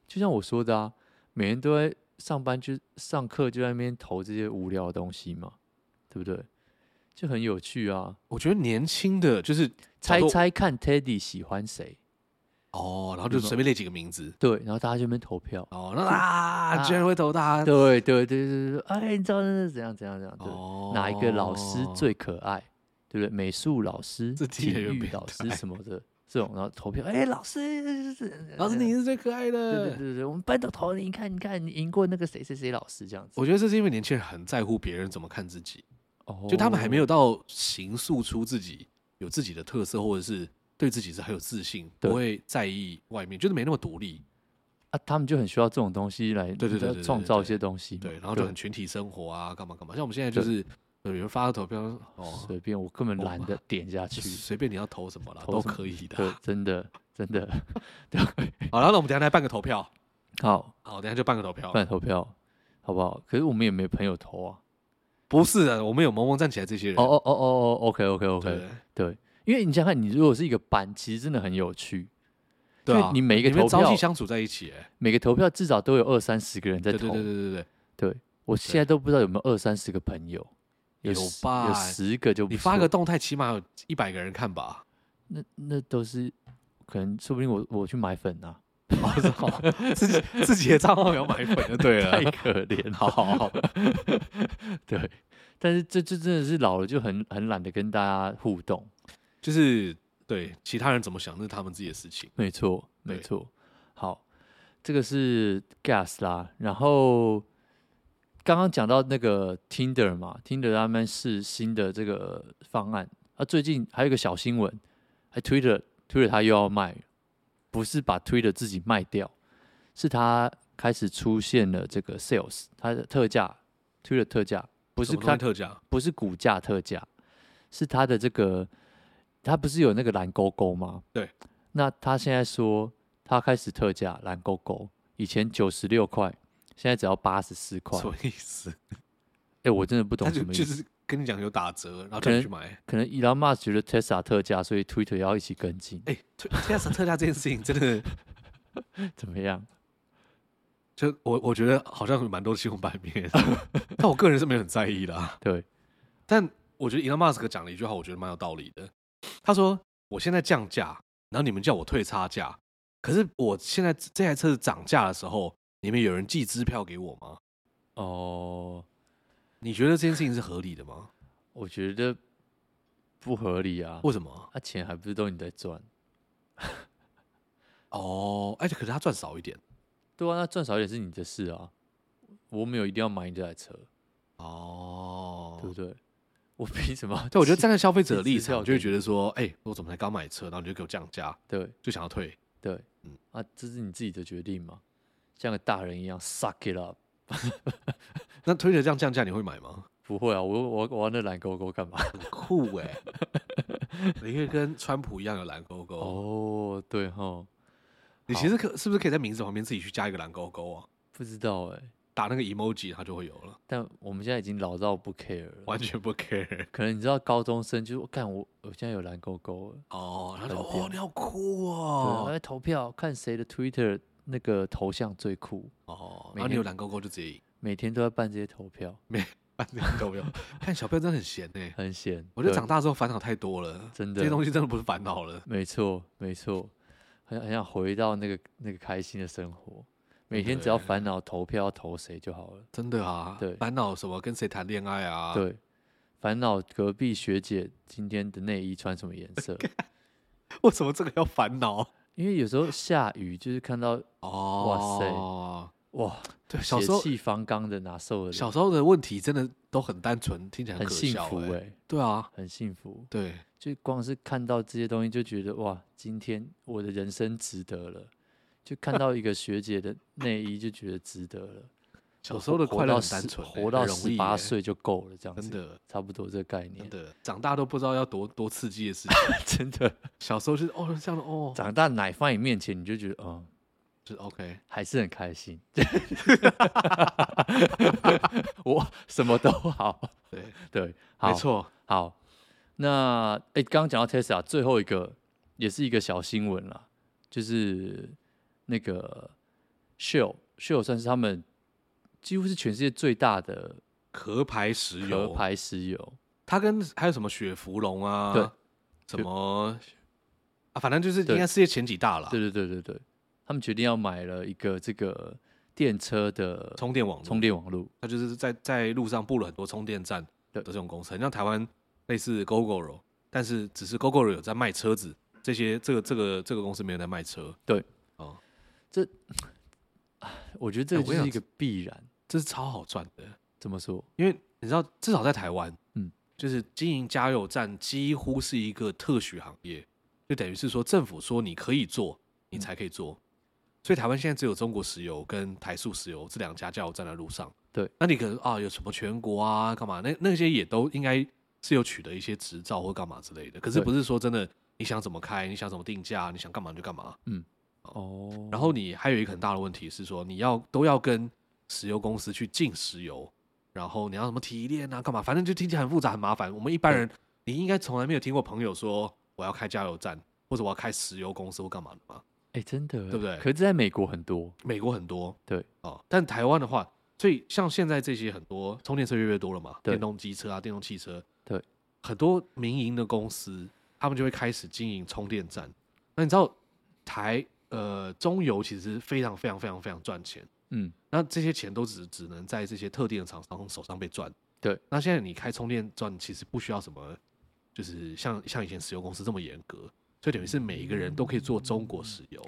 S3: 就像我说的啊，每天都在上班就上课就在那边投这些无聊的东西嘛，对不对？就很有趣啊，
S2: 我觉得年轻的就是
S3: 猜
S2: 找到
S3: 猜看 Teddy 喜欢谁，
S2: 哦，然后就随便列几个名字
S3: 对，然后大家就在那边投票，
S2: 哦， 那啊，
S3: 啊
S2: 居然会投他
S3: 对对对对对，哎，你知道那是怎样怎样怎样，对，
S2: 哦，
S3: 哪一个老师最可爱，对不对？美术老师、
S2: 这
S3: 体
S2: 题也有
S3: 育
S2: 变
S3: 老师
S2: 态
S3: 什么的这种，然后投票，哎，老师，
S2: 老师你是最可
S3: 对
S2: 爱
S3: 对
S2: 的
S3: 对。对对，我们班都投你，你看你看你赢过那个谁谁谁老师这样子，
S2: 我觉得这是因为年轻人很在乎别人怎么看自己，
S3: 哦
S2: 就他们还没有到形塑出自己有自己的特色，或者是对自己是很有自信，
S3: 对
S2: 不会在意外面，就是没那么独立。
S3: 啊，他们就很需要这种东西来，
S2: 对对
S3: 你知
S2: 对
S3: 道
S2: 对对
S3: 创
S2: 对
S3: 造
S2: 对
S3: 一些东西嘛，
S2: 对，然后就很群体生活啊，干嘛干嘛。像我们现在就
S3: 对
S2: 是，呃有人发个投票，哦，
S3: 随便，我根本
S2: 我
S3: 懒得点下
S2: 就
S3: 去，
S2: 随便你要投什么啦，
S3: 投
S2: 都
S3: 什么
S2: 可以的。啊
S3: 对，真 的真的，
S2: 好了，那我们等一下来办个投票，
S3: 好，
S2: 好，等一下就办个投票
S3: 不。然投票好不好？可是我们也没朋友投啊，
S2: 不是的，我们有萌萌站起来这些人。
S3: 哦哦哦哦哦，OK OK
S2: 对
S3: OK，对，因为你想想看，你如果是一个班，其实真的很有趣，
S2: 对
S3: 因
S2: 啊
S3: 为，你每一个
S2: 你们
S3: 投
S2: 朝
S3: 票
S2: 夕，相处在一起，哎
S3: 每个投票至少都有二三十个人在
S2: 对对
S3: 投
S2: 对，对对对，
S3: 对我现在都不知道有没有二三十个朋友，
S2: 有
S3: 十
S2: 吧
S3: 有十个就不
S2: 你发
S3: 错
S2: 个动态，起码有一百个人看吧。
S3: 那那都是可能，说不定我我去买粉啊。
S2: 哦 自己自己的账号也要买粉就对了
S3: 太。可怜 了。
S2: 好好好，
S3: 对，但是这这真的是老了就很很懒得跟大家互动。
S2: 就是对其他人怎么想，那是他们自己的事情。
S3: 没错，没
S2: 对
S3: 错。好，这个是 Gas 啦，然后刚刚讲到那个 Tinder 嘛，Tinder 他们是新的这个方案啊，最近还有一个小新闻，还 Twitter Twitter 它又要卖，不是把 Twitter 自己卖掉，是它开始出现了这个 sales，它的特价 Twitter 特价不
S2: 不
S3: 是它
S2: 特价，
S3: 不是股价特价，是它的这个，它不是有那个蓝勾勾吗？
S2: 对。
S3: 那他现在说他开始特价蓝勾勾，以前九十六块，现在只要八十四块
S2: 什。么意思？
S3: 哎、我真的不
S2: 他
S3: 懂
S2: 就
S3: 什么意
S2: 就
S3: 思。
S2: 是跟你讲有打折，然后叫你去买。
S3: 可能伊朗马觉得 Tesla 特价，所以 Twitter 要一起跟进，
S2: 哎、特 Tesla 特价这件事情真的，
S3: 怎么 样？
S2: 就我我觉得好像有蛮多新闻版面， 但我个人是没有很在意啦。
S3: 对，
S2: 但我觉得 Elon Musk 讲了一句话，我觉得蛮有道理的。他说：“我现在降价，然后你们叫我退差价，可是我现在这台车子涨价的时候，你们有人寄支票给我吗？
S3: 哦，
S2: 你觉得这件事情是合理的吗？
S3: 我觉得不合理啊，
S2: 为什么？
S3: 他、钱还不是都你在赚？
S2: 哦，而且可是他赚少一点
S3: 对啊，那赚少一点是你的事啊，我没有一定要买你这台车，
S2: 哦，
S3: 对不对？我凭什么要记？
S2: 对，我觉得站在消费者的
S3: 寄
S2: 立
S3: 支票
S2: 场，就会
S3: 给
S2: 觉得说，哎、我怎么才刚买车，然后你就给我降价，
S3: 对
S2: 就想要退。
S3: 对，
S2: 嗯
S3: 啊，这是你自己的决定嘛，像个大人一样 suck it up。
S2: 那推着这样降价，你会买吗？
S3: 不会啊，我我我玩那蓝勾勾干嘛？
S2: 很酷哎、 你可以跟川普一样有蓝勾勾。
S3: 哦，对哈，
S2: 你其实可是不是可以在名字旁边自己去加一个蓝勾勾啊？
S3: 不知道哎、
S2: 打那个 emoji 它就会有了，
S3: 但我们现在已经老到不 care 了。
S2: 完全不 care。
S3: 可能你知道高中生就是干我，我现在有蓝勾勾了，
S2: 哦，他说
S3: 很屌
S2: 哦，你好酷
S3: 哦，
S2: 哦，
S3: 来投票看谁的 Twitter 那个头像最酷，
S2: 哦，
S3: 每
S2: 然后你
S3: 天
S2: 有蓝勾勾就直接赢。
S3: 每天都在办这些投票，
S2: 反正都 没有，看小朋友真的很闲呢、欸
S3: 很闲。
S2: 我觉得
S3: 对
S2: 长大之后烦恼太多了，
S3: 真的
S2: 这些东西真的不是烦恼了。
S3: 没错，没错，很很想回到那个那个开心的生活，每天只要
S2: 对
S3: 烦恼投票要投谁就好了。
S2: 真的啊，
S3: 对
S2: 烦恼什么？跟谁谈恋爱啊？，
S3: 对，烦恼隔壁学姐今天的内衣穿什么颜色，
S2: 为什么这个要烦恼？
S3: 因为有时候下雨就是看到
S2: 哦，
S3: 哇，
S2: 对，小
S3: 血
S2: 时候
S3: 气方刚的，哪受得
S2: 小
S3: 了？
S2: 时候的问题真的都很单纯，听起来
S3: 很
S2: 可
S3: 幸
S2: 笑、
S3: 福哎、
S2: 欸。对啊，
S3: 很幸福。
S2: 对，
S3: 就光是看到这些东西，就觉得哇，今天我的人生值得了。就看到一个学姐的内衣，就觉得值得了。
S2: 小
S3: 我
S2: 时候的
S3: 活
S2: 快乐
S3: 到
S2: 很
S3: 十
S2: 单纯欸、
S3: 活到
S2: 很容
S3: 十
S2: 易
S3: 八
S2: 欸，
S3: 岁就够了，这样
S2: 真
S3: 子，
S2: 的
S3: 差不多这个概念
S2: 真。的，长大都不知道要多多刺激的 事情。
S3: 真的，
S2: 小时候就是哦，这样的哦，
S3: 长大奶放你面前，你就觉得，嗯，
S2: 就是 OK，
S3: 还是很开心。 我什么都好，
S2: 对，
S3: 对，好
S2: 没，错，
S3: 好。那哎，诶刚刚讲到 Tesla 最后一个也是一个小新闻啦，就是那个 Shell Shell 算是他们几乎是全世界最大的
S2: 壳牌石
S3: 壳
S2: 油，
S3: 牌石油，
S2: 它跟还有什么雪芙蓉啊，
S3: 对，
S2: 什么啊，反正就是
S3: 对
S2: 应该世界前几大了
S3: 对，对对对对，他们决定要买了一个这个电车的
S2: 充电网络
S3: 充，电网络，
S2: 它就是在在路上布了很多充电站的
S3: 对
S2: 这种公司，很像台湾类似 GoGoRo，但是只是 GoGoRo 有在卖车子，这些这个这个这个公司没有在卖车，
S3: 我觉得这
S2: 哎
S3: 个
S2: 我
S3: 就
S2: 跟你
S3: 是
S2: 讲
S3: 一个必然。
S2: 这是超好赚的，
S3: 怎么说？
S2: 因为你知道，至少在台湾，嗯
S3: 嗯，
S2: 就是经营加油站几乎是一个特许行业，就等于是说政府说你可以做，
S3: 嗯
S2: 你才可以做。所以台湾现在只有中国石油跟台塑石油这两家加油站在路上。
S3: 对，
S2: 那你可能啊，有什么全国啊，干嘛？那那些也都应该是有取得一些执照或干嘛之类的。可是
S3: 对
S2: 不是说真的，你想怎么开，你想怎么定价，你想干嘛你就干嘛。
S3: 哦，
S2: 然后你还有一个很大的问题是说，你要都要跟石油公司去进石油，然后你要什么提炼啊，干嘛？反正就听起来很复杂很麻烦。我们一般人，你应该从来没有听过朋友说我要开加油站，或者我要开石油公司或干嘛的吧？
S3: 哎、真的耶，
S2: 对不对
S3: 可是在美国很多，
S2: 美国很多，
S3: 对
S2: 哦，但台湾的话，所以像现在这些很多充电车越来越多了嘛，
S3: 对
S2: 电动机车啊，电动汽车，
S3: 对，
S2: 很多民营的公司，他们就会开始经营充电站。那你知道台呃中油其实非常非常非常非常赚钱，
S3: 嗯，
S2: 那这些钱都只只能在这些特定的厂商手上被赚。
S3: 对，
S2: 那现在你开充电站其实不需要什么，就是像像以前石油公司这么严格，所以等于是每一个人都可以做中国石油。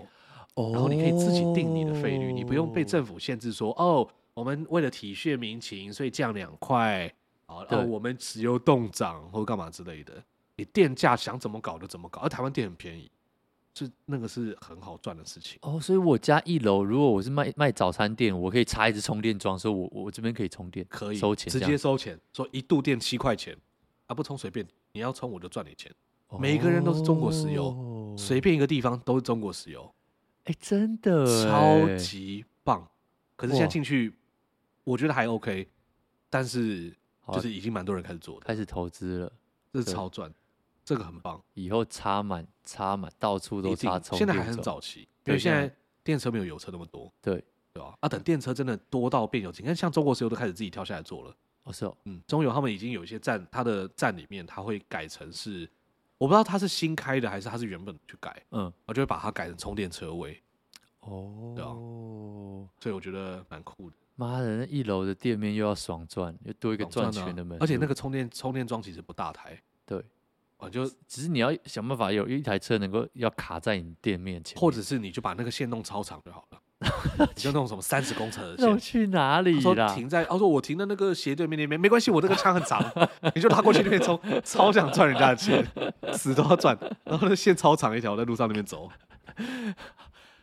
S3: 哦
S2: 然后你可以自己定你的费率，你不用被政府限制说哦，我们为了体恤民情，所以降两块，好，
S3: 对
S2: 哦，我们石油冻涨或干嘛之类的，你电价想怎么搞就怎么搞，而台湾电很便宜，是那个是很好赚的事情。
S3: 哦，所以我家一楼，如果我是卖卖早餐店，我可以插一支充电桩，所以我我这边可以充电，
S2: 可以
S3: 收钱
S2: 直
S3: 这样
S2: 接收钱，说一度电七块钱，啊不充随便，你要充我就赚你钱，每个人都是中国石油
S3: 油
S2: 随便一个地方都是中国石油，
S3: 哦哎、真的欸耶，
S2: 超级棒。可是现在
S3: 哇
S2: 进去，我觉得还 OK，但是
S3: 好啊
S2: 就是已经蛮多人开始做的，
S3: 开始投资了，
S2: 这是
S3: 对
S2: 超赚，这个很棒，
S3: 以后插满插满，到处
S2: 一
S3: 都
S2: 定
S3: 插充电
S2: 现在还很
S3: 桩，
S2: 早期，因
S3: 对
S2: 为现
S3: 现在
S2: 在电车没有油车那么多，
S3: 对，
S2: 对吧？啊，等电车真的多到变有钱，你看像中国石油都开始自己跳下来做了。
S3: 哦是哦，
S2: 嗯，中油他们已经有一些站，它的站里面它会改成是，我不知道它是新开的还是它是原本去改，
S3: 嗯，
S2: 我就会把它改成充电车位，对啊
S3: 哦，
S2: 所以我觉得蛮酷的，
S3: 妈的，那一楼的店面又要爽赚，又多一个
S2: 爽赚
S3: 赚
S2: 啊
S3: 钱的门路，
S2: 而且那个充电充电桩其实不大台，
S3: 对，
S2: 啊就
S3: 只是你要想办法有一台车能够要卡在你店面前面，
S2: 或者是你就把那个线弄超长就 好了，你就弄什么三十公尺的
S3: 要
S2: 线。
S3: 去哪里
S2: 他说
S3: 啦？
S2: 停在，他说我停在那个斜对面那边，没关系，我这个枪很长， 你就拉过去那边冲，超想赚人家的钱，死都要赚。然后那线超长一条，我在路上那边走，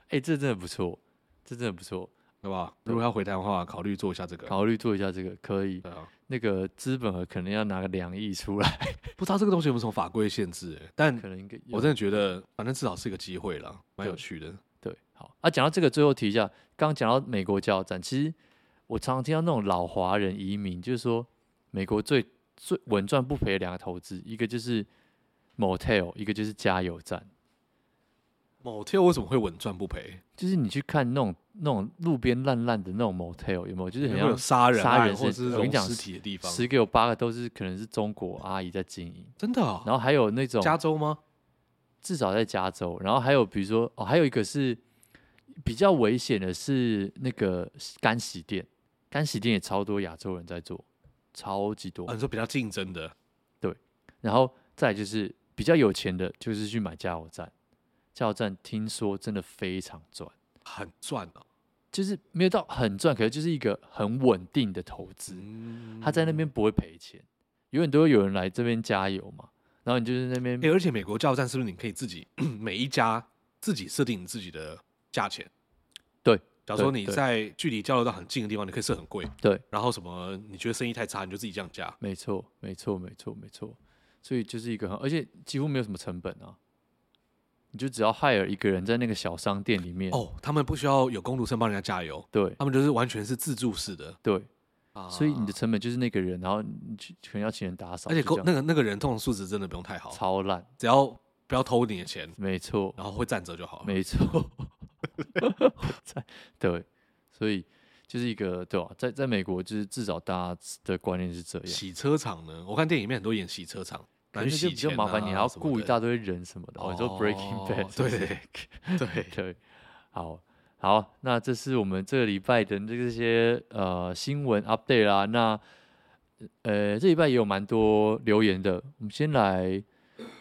S3: 哎、这真的不错，这真的不错。
S2: 对吧？如果要回台湾的话，考虑做一下这个。
S3: 考虑做一下这个可以。
S2: 对啊，
S3: 那个资本额可能要拿个两亿出来，
S2: 不知道这个东西有没有什么法规限制、欸？但
S3: 可能应该有
S2: 我真的觉得，反正至少是一个机会啦，蛮有
S3: 对
S2: 趣的。
S3: 对，好啊。讲到这个，最后提一下，刚讲到美国教育战，其实我常常听到那种老华人移民，就是说美国最最稳赚不赔的两个投资，一个就是 motel，一个就是加油站。
S2: 某天为什么会稳赚不赔？
S3: 就是你去看那种那种路边烂烂的那种 motel，有没有？就是
S2: 因
S3: 很
S2: 为会有
S3: 像
S2: 杀人
S3: 杀
S2: 案
S3: 人
S2: 或者
S3: 是
S2: 是
S3: 我跟你
S2: 融
S3: 讲
S2: 尸体的地方，
S3: 十个有八个都是可能是中国阿姨在经营，
S2: 真的、啊？
S3: 然后还有那种
S2: 加州吗？
S3: 至少在加州，然后还有比如说哦，还有一个是比较危险的是那个干洗店，干洗店也超多亚洲人在做，超级多。
S2: 啊，你说比较竞争的，
S3: 然后再来就是比较有钱的，就是去买加油站，加油站听说真的非常赚，
S2: 很赚啊。
S3: 就是没有到很赚，可是就是一个很稳定的投资。
S2: 嗯
S3: 他在那边不会赔钱，永远都会有人来这边加油嘛。然后你就是那边
S2: 欸，而且美国加油站是不是你可以自己每一家自己设定你自己的价钱？
S3: 对，
S2: 假如说
S3: 对
S2: 你
S3: 对
S2: 在距离交流道很近的地方，你可以设很贵。
S3: 对，
S2: 然后什么你觉得生意太差，你就自己降价。
S3: 没错，没错，没错，没错。所以就是一个很，而且几乎没有什么成本啊，你就只要 hire 一个人在那个小商店里面，
S2: 哦，他们不需要有工读生帮人家加油，
S3: 对
S2: 他们就是完全是自助式的。
S3: 对，
S2: 啊
S3: 所以你的成本就是那个人，然后你去可能要请人打扫，
S2: 而且
S3: 就
S2: 沟
S3: 这样
S2: 那个那个人通常素质真的不用太好，
S3: 超烂，
S2: 只要不要偷你的钱，
S3: 没错，
S2: 然后会站着就好了。
S3: 没 错，在对，所以就是一个对吧、啊在在美国，就是至少大家的观念是这样。
S2: 洗车场呢？我看电影里面很多演洗车场，拿
S3: 可
S2: 去
S3: 是就
S2: 洗
S3: 比较
S2: 钱
S3: 麻烦，
S2: 啊
S3: 你还要
S2: 什么
S3: 雇一
S2: 的
S3: 大堆人什么的。哦，你说 Breaking
S2: 哦
S3: Bad，是不是
S2: 对对
S3: 对，好好，那这是我们这个礼拜的这些呃新闻 update 啦。那呃这礼拜也有蛮多留言的，我们先来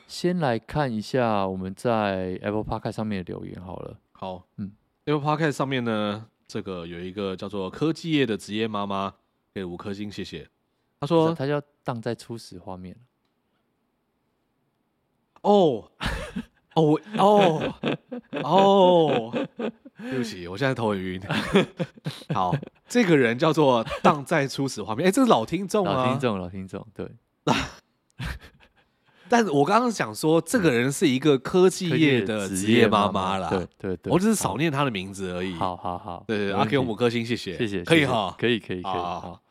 S3: 先来看一下我们在 Apple Park 上面的留言好了。
S2: 好，嗯
S3: 嗯
S2: ，Apple Podcast 上面呢，这个有一个叫做科技业的职业妈妈，给五颗星，谢谢。她说
S3: 它叫荡在初始画面，：“
S2: 哦， 哦，我哦， 哦，对不起，我现在头很晕。 好，这个人叫做荡在初始画面，哎、这是老听众啊，
S3: 老听。众，老听众，对，
S2: 但我刚刚想说，这个人是一个科技
S3: 科技
S2: 业
S3: 的
S2: 的
S3: 职
S2: 职
S3: 业
S2: 妈
S3: 妈
S2: 啦，
S3: 对对对，
S2: 我只是
S3: 好
S2: 少念她的名字而已。
S3: 好好好，
S2: 对，对对，
S3: 没
S2: 啊，
S3: 问
S2: 给我
S3: 题
S2: 五颗星，谢谢，
S3: 谢谢，
S2: 可以
S3: 谢谢
S2: 哈。
S3: 可以可以可以，
S2: 好
S3: 好，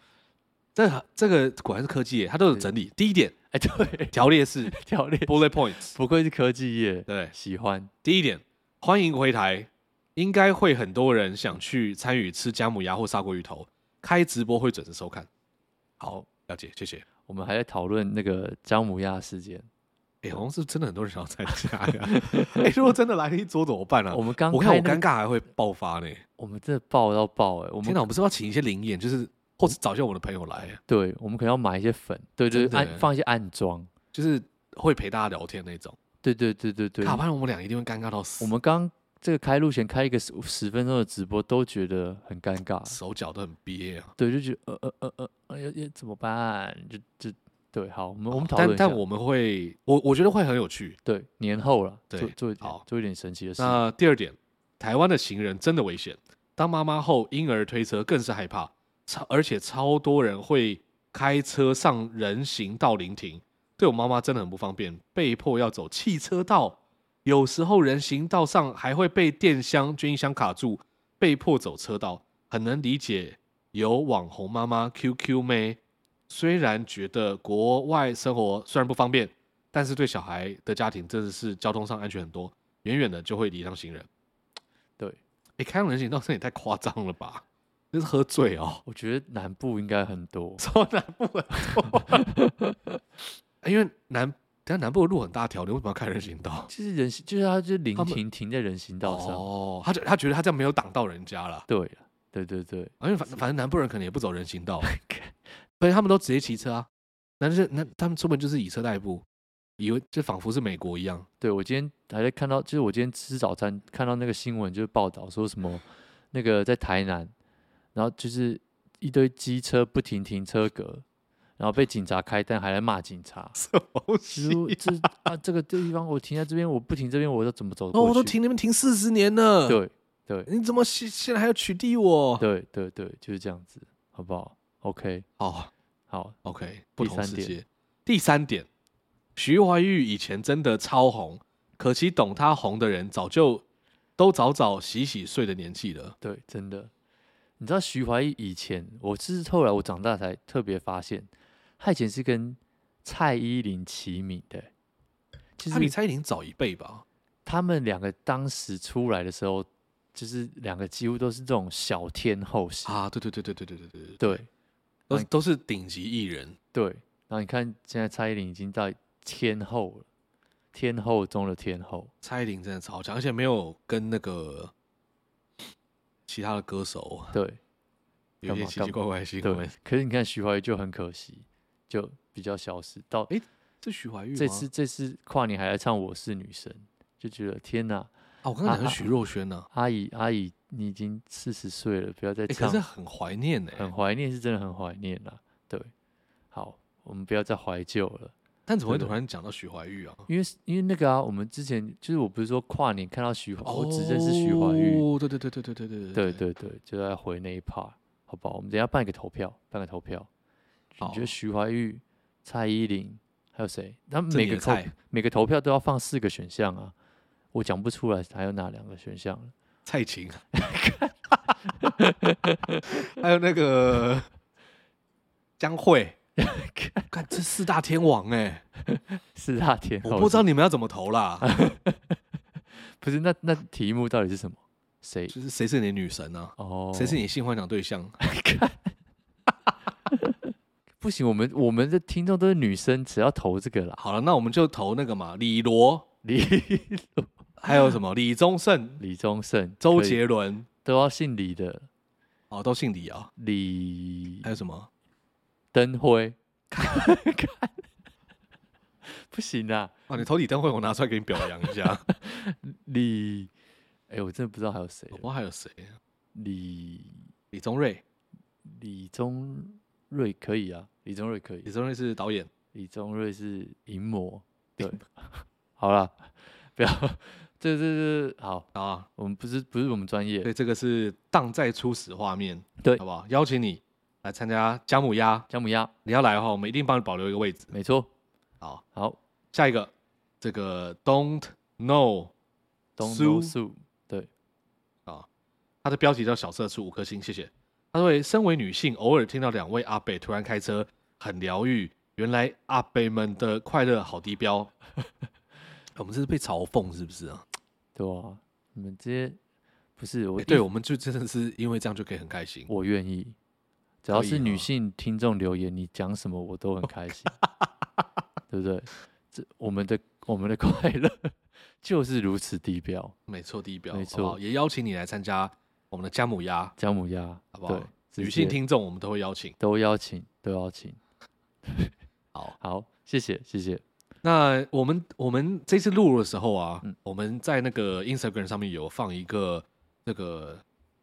S2: 这这个果然是科技业，它都有整理。第一点，
S3: 哎，对，
S2: 条列式
S3: 教练
S2: bullet points。
S3: 不愧是科技业，
S2: 对，
S3: 喜欢，
S2: 第一点，欢迎回台，应该会很多人想去参与吃姜母鸭或砂锅鱼头，开直播会准时收看。好，了解，谢谢。
S3: 我们还在讨论那个姜母鸭事件，
S2: 哎、好像是真的很多人想要参加呀。 哎、如果真的来了一桌怎么办啊
S3: 我？们刚
S2: 我看我
S3: 开那
S2: 尴尬还会爆发呢。
S3: 我们真的爆到爆哎、我
S2: 天
S3: 们
S2: 哪，我们是不是要请一些灵眼，就是或者找一些我们的朋友来，啊
S3: 对，我们可能要买一些粉，对对
S2: 真的
S3: 暗
S2: 欸
S3: 放一些暗装，
S2: 就是会陪大家聊天那种。
S3: 对对对对对，
S2: 卡不然我们俩一定会尴尬到死，啊
S3: 我们刚这个开路前开一个十十分钟的直播，都觉得很尴尬，
S2: 手脚都很憋啊。
S3: 对，就觉得呃呃呃呃，要、要怎么办？就就对，好，我们我们讨论
S2: 哦但
S3: 一下，
S2: 但我们会，我我觉得会很有趣。
S3: 对年后了，
S2: 对
S3: 做做一点
S2: 好
S3: 做一点神奇的事，
S2: 那第二点，台湾的行人真的危险。当妈妈后，婴儿推车更是害怕，超而且超多人会开车上人行道临停，对我妈妈真的很不方便，被迫要走汽车道。有时候人行道上还会被电箱、军箱卡住，被迫走车道，很能理解。有网红妈妈 QQ 妹，虽然觉得国外生活虽然不方便，但是对小孩的家庭真的是交通上安全很多。远远的就会礼让行人。
S3: 对，
S2: 哎，开上人行道这也太夸张了吧？这是喝醉哦，
S3: 我觉得南部应该很多，
S2: 超南部很多。因为南，等下南部的路很大条，你为什么要开人行道？
S3: 就是人行，就是他就临
S2: 他们
S3: 停停在人行道啊上，
S2: 哦，他就他觉得他这样没有挡到人家了，
S3: 对了，对对对，
S2: 因为反反正南部人可能也不走人 行道，所以他们都直接骑车啊。男生那他们出门就是以车代步，以为就仿佛是美国一样。
S3: 对我今天还在看到，就是我今天吃早餐看到那个新闻，就是报道说什么那个在台南，然后就是一堆机车不停停车格，然后被警察开单，还来骂警察。
S2: 什么东
S3: 其 实我这啊，这个地方我停在这边，我不停这边，我要怎么走
S2: 哦，我
S3: 过
S2: 都
S3: 去？
S2: 停那边停四十年了。哦
S3: 对对
S2: 你怎么现现在还要取缔我？
S3: 对对对，就是这样子，好不好？OK，
S2: 好
S3: 好，
S2: ，OK，不同
S3: 三
S2: 世
S3: 点
S2: 界。第三点，许怀玉以前真的超红，可惜懂他红的人早就都早早洗洗睡的年纪了。
S3: 对，真的。你知道徐怀钰以前，我是后来我长大才特别发现，他以前是跟蔡依林齐名的、就
S2: 他比
S3: 是
S2: 蔡依林早一辈吧？
S3: 他们两个当时出来的时候，就是两个几乎都是这种小天后型，
S2: 啊，对对对对对对对对，
S3: 对哎
S2: 都是都是顶级艺人。
S3: 对。然后你看，现在蔡依林已经到天后了，天后中的天后，
S2: 蔡依林真的超强，而且没有跟那个其他的歌手
S3: 对
S2: 有
S3: 干
S2: 一些
S3: 嘛
S2: 奇奇怪怪的新
S3: 对
S2: 闻。。
S3: 可是你看徐怀钰就很可惜，就比较消失到
S2: 是徐怀钰吗？
S3: 这次这次跨年还来唱《我是女神》，就觉得天哪，
S2: 啊，我刚刚讲
S3: 啊
S2: 是许若瑄呢、
S3: 阿姨阿姨，你已经四十岁了，不要再
S2: 哎、可
S3: 唱，
S2: 是很怀念欸呢、
S3: 很怀念，是真的很怀念啦。对，好，我们不要再怀旧了，
S2: 但怎么会
S3: 对
S2: 突然讲到许怀钰啊？
S3: 因为因为那个啊，我们之前就是我不是说跨年看到徐怀，哦我只认识徐怀钰，
S2: 哦，对对对对对对对
S3: 对对对，就要回那一 part，好不好？我们等一下办一个投票，办个投票，你
S2: 好
S3: 觉得徐怀钰、蔡依林还有谁？他们
S2: 哦这
S3: 每
S2: 你
S3: 个
S2: 的
S3: 投
S2: 菜
S3: 每个投票都要放四个选项啊，我讲不出来还有哪两个选项了。
S2: 蔡琴，啊还有那个江 蕙，看这四大天王哎、
S3: 四大天后，
S2: 我不知道你们要怎么 投啦，
S3: 哎不是那那题目到底是什么？谁？
S2: 就是谁是你的女神啊？
S3: 哦，
S2: 谁是你性幻想对象？
S3: 不行，我们我们的听众都是女生，只要投这个啦。
S2: 好了，那我们就投那个嘛，李罗，
S3: 李
S2: 还 有什么李宗盛、
S3: 李宗盛、
S2: 周
S3: 可以
S2: 杰伦，
S3: 都要姓李的，
S2: 哦，都姓李啊。
S3: 李
S2: 还有什么？
S3: 登 辉。 不行啊，
S2: 哦，你投李登辉，我拿出来给你表扬 一下。
S3: 李，哎、我真的不知道还有谁
S2: 我不知
S3: 了。
S2: 道还有谁，
S3: 李
S2: 李宗瑞，
S3: 李宗瑞可以啊，李宗瑞可以
S2: 李，宗瑞是导演。
S3: 李宗瑞是淫魔。对， 好啦，不要，这这这好，
S2: 啊，
S3: 我们不是不是我们专业，
S2: 对，这个是当在初始画面，
S3: 对
S2: 好不好？邀请你来参加姜母鸭，
S3: 姜母鸭，
S2: 你要来的话，我们一定帮你保留一个位置。
S3: 没错。
S2: 好，
S3: 好，
S2: 下一个，这个 Don't Know，
S3: 东
S2: 苏
S3: 周素
S2: 它的标题叫小社畜五颗星，谢谢。他说为，身为女性，偶尔听到两位阿北突然开车，很疗愈。原来阿北们的快乐好低标， 我们这是被嘲讽是不是啊？
S3: 对啊，你们这些不是我
S2: 欸对，
S3: 一
S2: 我们就真的是因为这样就可以很开心。
S3: 我愿意，只
S2: 可
S3: 要
S2: 以
S3: 是
S2: 哦
S3: 女性听众留言，你讲什么我都很开心， 对不对？这我们的我们的快乐 就是如此低标，
S2: 没错，低标，
S3: 没
S2: 好不好
S3: 错
S2: 也邀请你来参加我们的姜母鸭，
S3: 姜母鸭，
S2: 好不好
S3: 对，直
S2: 女性
S3: 接
S2: 听众我们都会邀请。
S3: 都邀请，都邀请。
S2: 好，
S3: 好，谢谢谢谢，
S2: 那我们我们这次录的时候啊，
S3: 嗯
S2: 我们在那个 Instagram 上面有放一个那个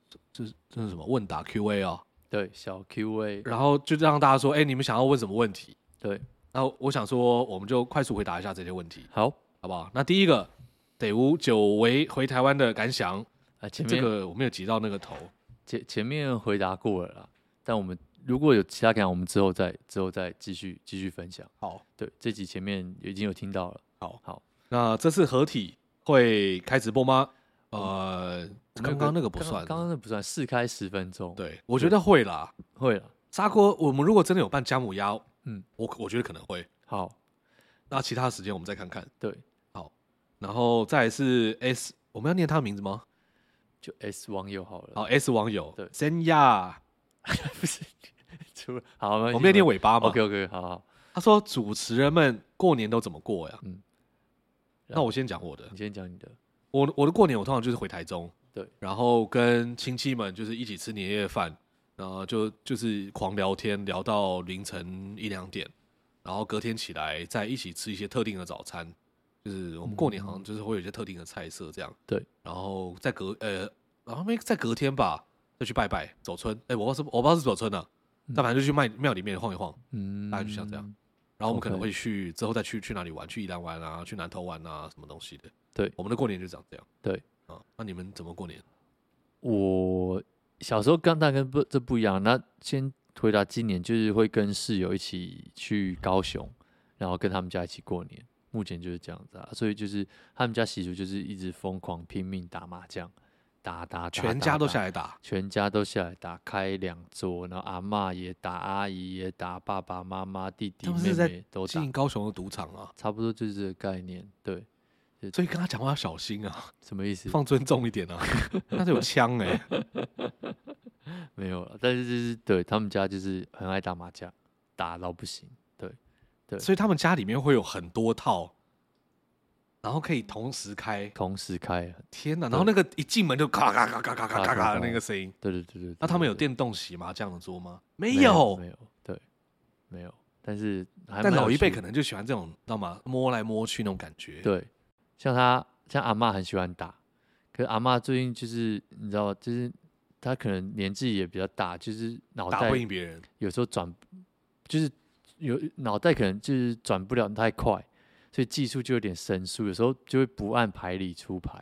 S2: 这这这是什么问答 Q&A 哦，
S3: 对小 Q A，
S2: 然后就让大家说，哎、你们想要问什么问题？
S3: 对，
S2: 然后我想说，我们就快速回答一下这些问题，
S3: 好
S2: 好不好？那第一个，得无久违回台湾的感想，
S3: 啊，前
S2: 这
S3: 面
S2: 个我没有挤到那个头，
S3: 前前面回答过了啦，但我们如果有其他感想，我们之后再之后再继续继续分享。
S2: 好，
S3: 对，这集前面已经有听到了。
S2: 那这次合体会开直播吗？呃，
S3: 没有
S2: 刚刚那个不算，
S3: 哦刚刚那不算，试开十分钟。，
S2: 对，我觉得会啦。
S3: 会了。
S2: 砂锅，我们如果真的有办姜母鸭，嗯
S3: 嗯，
S2: 我我觉得可能会。
S3: 好，
S2: 那其他时间我们再看看。
S3: 对，
S2: 然后再来是 S，我们要念他的名字吗？
S3: 就 S 网友好了。
S2: 好，，S 网友，
S3: 对
S2: 森亚，
S3: 不是， 出了好，我
S2: 我们要念尾巴嘛。
S3: OK OK，好好，
S2: 他说主持人们过年都怎么过呀？嗯
S3: 嗯，
S2: 那我先讲我的
S3: 你，先讲你的。
S2: 我我的过年我通常就是回台中，
S3: 对，
S2: 然后跟亲戚们就是一起吃年夜饭，然后就就是狂聊天，聊到凌晨一两点，然后隔天起来再一起吃一些特定的早餐，就是我们过年好像就是会有一些特定的菜色这样，
S3: 对，
S2: 然后再隔呃，然后没再隔天吧，再去拜拜走村，哎，我不知道是我不知道是走村呢、啊，
S3: 嗯
S2: 但反正就去庙庙里面晃一晃，
S3: 嗯，
S2: 大概就像这样。然后我们可能
S3: OK
S2: 会去之后再去去哪里玩，去宜兰玩啊，去南投玩啊，什么东西的。
S3: 对
S2: 我们的过年就长这样。
S3: 对
S2: 啊，那你们怎么过年？
S3: 我小时候跟大跟不这不一样。那先回答今年，就是会跟室友一起去高雄，然后跟他们家一起过年。目前就是这样子啊，所以就是他们家习俗就是一直疯狂拼命打麻将，打打打，
S2: 全家都
S3: 打
S2: 下来打，
S3: 全家都下来打，开两桌，然后阿嬷也打，阿姨也打，爸爸妈妈、弟弟
S2: 他们
S3: 妹
S2: 是在
S3: 妹都
S2: 经
S3: 打
S2: 营，高雄的赌场啊，
S3: 差不多就是这个概念。对，
S2: 所以跟他讲话要小心啊，
S3: 什么意思？
S2: 放尊重一 点啊，那就有枪哎、
S3: 没有了，但是就是对他们家就是很爱打麻将，打到不行。对
S2: 所以他们家里面会有很多套，然后可以同时开，
S3: 同时开，
S2: 天哪！然后那个一进门就咔咔咔咔咔咔咔咔的那个声音。
S3: 对对对对。
S2: 啊那他们有
S3: 对
S2: 电哎动洗麻将的桌吗？
S3: 对
S2: 没
S3: 没
S2: 有
S3: 没。有，对，没有。但是还
S2: 但
S3: 蛮
S2: 老
S3: 有
S2: 一辈
S3: 趣
S2: 可能就喜欢这种，知道吗？摸来摸去那种感觉。
S3: 对，像他像阿嬷很喜欢打，可是阿嬷最近就是你知道，就是她可能年纪也比较大，就是脑
S2: 打
S3: 袋
S2: 不赢别人，
S3: 有时候转，就是有脑袋可能就是转不了太快，所以技术就有点生疏，有时候就会不按牌理出 牌，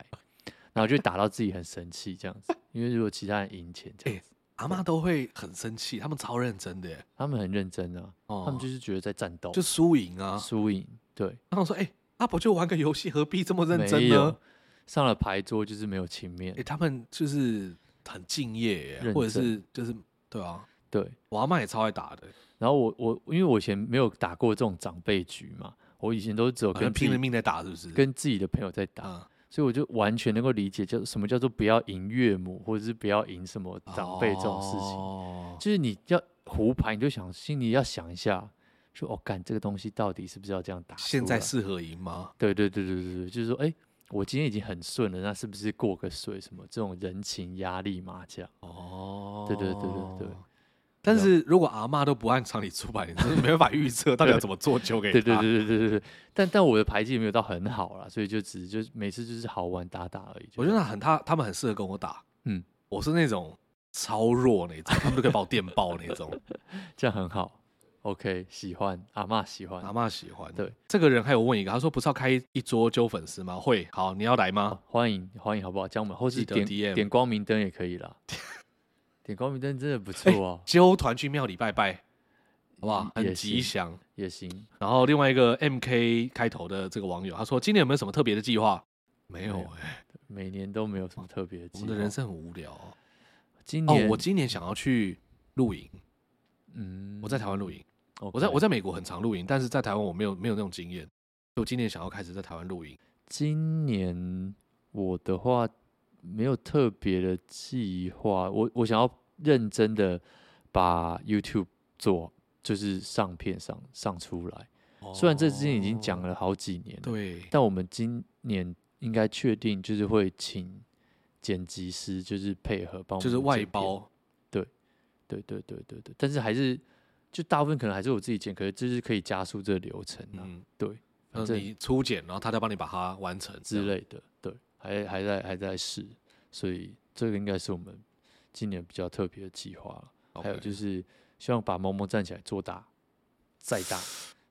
S3: 然后就会打到自己很生气这样子。因为如果其他人赢钱这样子，
S2: 阿妈都会很生气，他们超认真的耶。
S3: 他们很认真啊，
S2: 哦
S3: 他们就是觉得在战斗，
S2: 就输赢啊。
S3: 输赢对，
S2: 然后说，哎，阿伯就玩个游戏，何必这么认真
S3: 没
S2: 呢
S3: 有？上了牌桌就是没有情面
S2: 哎，，他们就是很敬业耶，
S3: 认
S2: 或者是就是对啊，
S3: 对。
S2: 我阿妈也超爱打的，
S3: 然后我我因为我以前没有打过这种长辈局嘛，我以前都是只有
S2: 好像
S3: 哦跟自
S2: 拼了
S3: 己
S2: 命在打，是不是？
S3: 跟自己的朋友在打，
S2: 啊，
S3: 所以我就完全能够理解叫什么叫做不要赢岳母，或者是不要赢什么长辈这种事
S2: 哦
S3: 情。
S2: 情
S3: 就是你要胡牌，你就想心里要想一下，说哦，干这个东西到底是不是要这样打出来？
S2: 现在适合赢吗？
S3: 对对对对对对，就是说，哎，我今天已经很顺了，那是不是过个水？什么这种人情压力麻将？
S2: 哦，
S3: 对对对对对。
S2: 但是如果阿嬷都不按常理出牌，你真的没办法预测到底要怎么做球给
S3: 对对
S2: 她，
S3: 对对对对对，但但我的牌技也没有到很好啦，所以就只是就是每次就是好玩打打而已。
S2: 我觉得很他他们很适合跟我打，
S3: 嗯，
S2: 我是那种超弱那种，他们都可以把我电爆那 种。
S3: 这样很好。OK，喜欢阿嬷喜欢
S2: 阿嬷喜欢。
S3: 对，
S2: 这个人还有问一个，他说不是要开一桌揪粉丝吗？会，好，你要来吗？
S3: 欢迎欢迎，好不好？这样我们或是
S2: 记得
S3: 点
S2: DM
S3: 点光明灯也可 以啦。点光明灯真的不错啊，
S2: 揪团去庙里拜拜，好不好？
S3: 也
S2: 很吉
S3: 行
S2: 祥。
S3: 也行。
S2: 然后另外一个 M K 开头的这个网友，他说今年有没有什么特别的计划？没有
S3: 没有
S2: 哎、
S3: 每年都没有什么特别的计
S2: 我们
S3: 划。
S2: 的人生很无聊哦。
S3: 今
S2: 哦
S3: 年、
S2: 我今年想要去露营，
S3: 嗯
S2: 我在台湾露营，我
S3: 我
S2: 在我在美国很常露营，但是在台湾我没有没有那种经验，所以我今年想要开始在台湾露营。
S3: 今年我的话没有特别的计划，我我想要认真的把 YouTube 做就是上片上上出来。虽然这之前已经讲
S2: 哦，
S3: 了好几年了，
S2: 对，
S3: 但我们今年应该确定就是会请剪辑师，就是配合帮我们
S2: 就是外
S3: 剪片
S2: 包，
S3: 对对对对对，但是还是就大部分可能还是我自己剪，可是就是可以加速这个流程啊、
S2: 嗯，
S3: 反
S2: 呃
S3: 正
S2: 你初剪，然后他再帮你把它完成这
S3: 之
S2: 样
S3: 类的，对，还还在还在试，所以这个应该是我们今年比较特别的计划了。还有
S2: OK
S3: 就是希望把萌萌站起来做大，再大，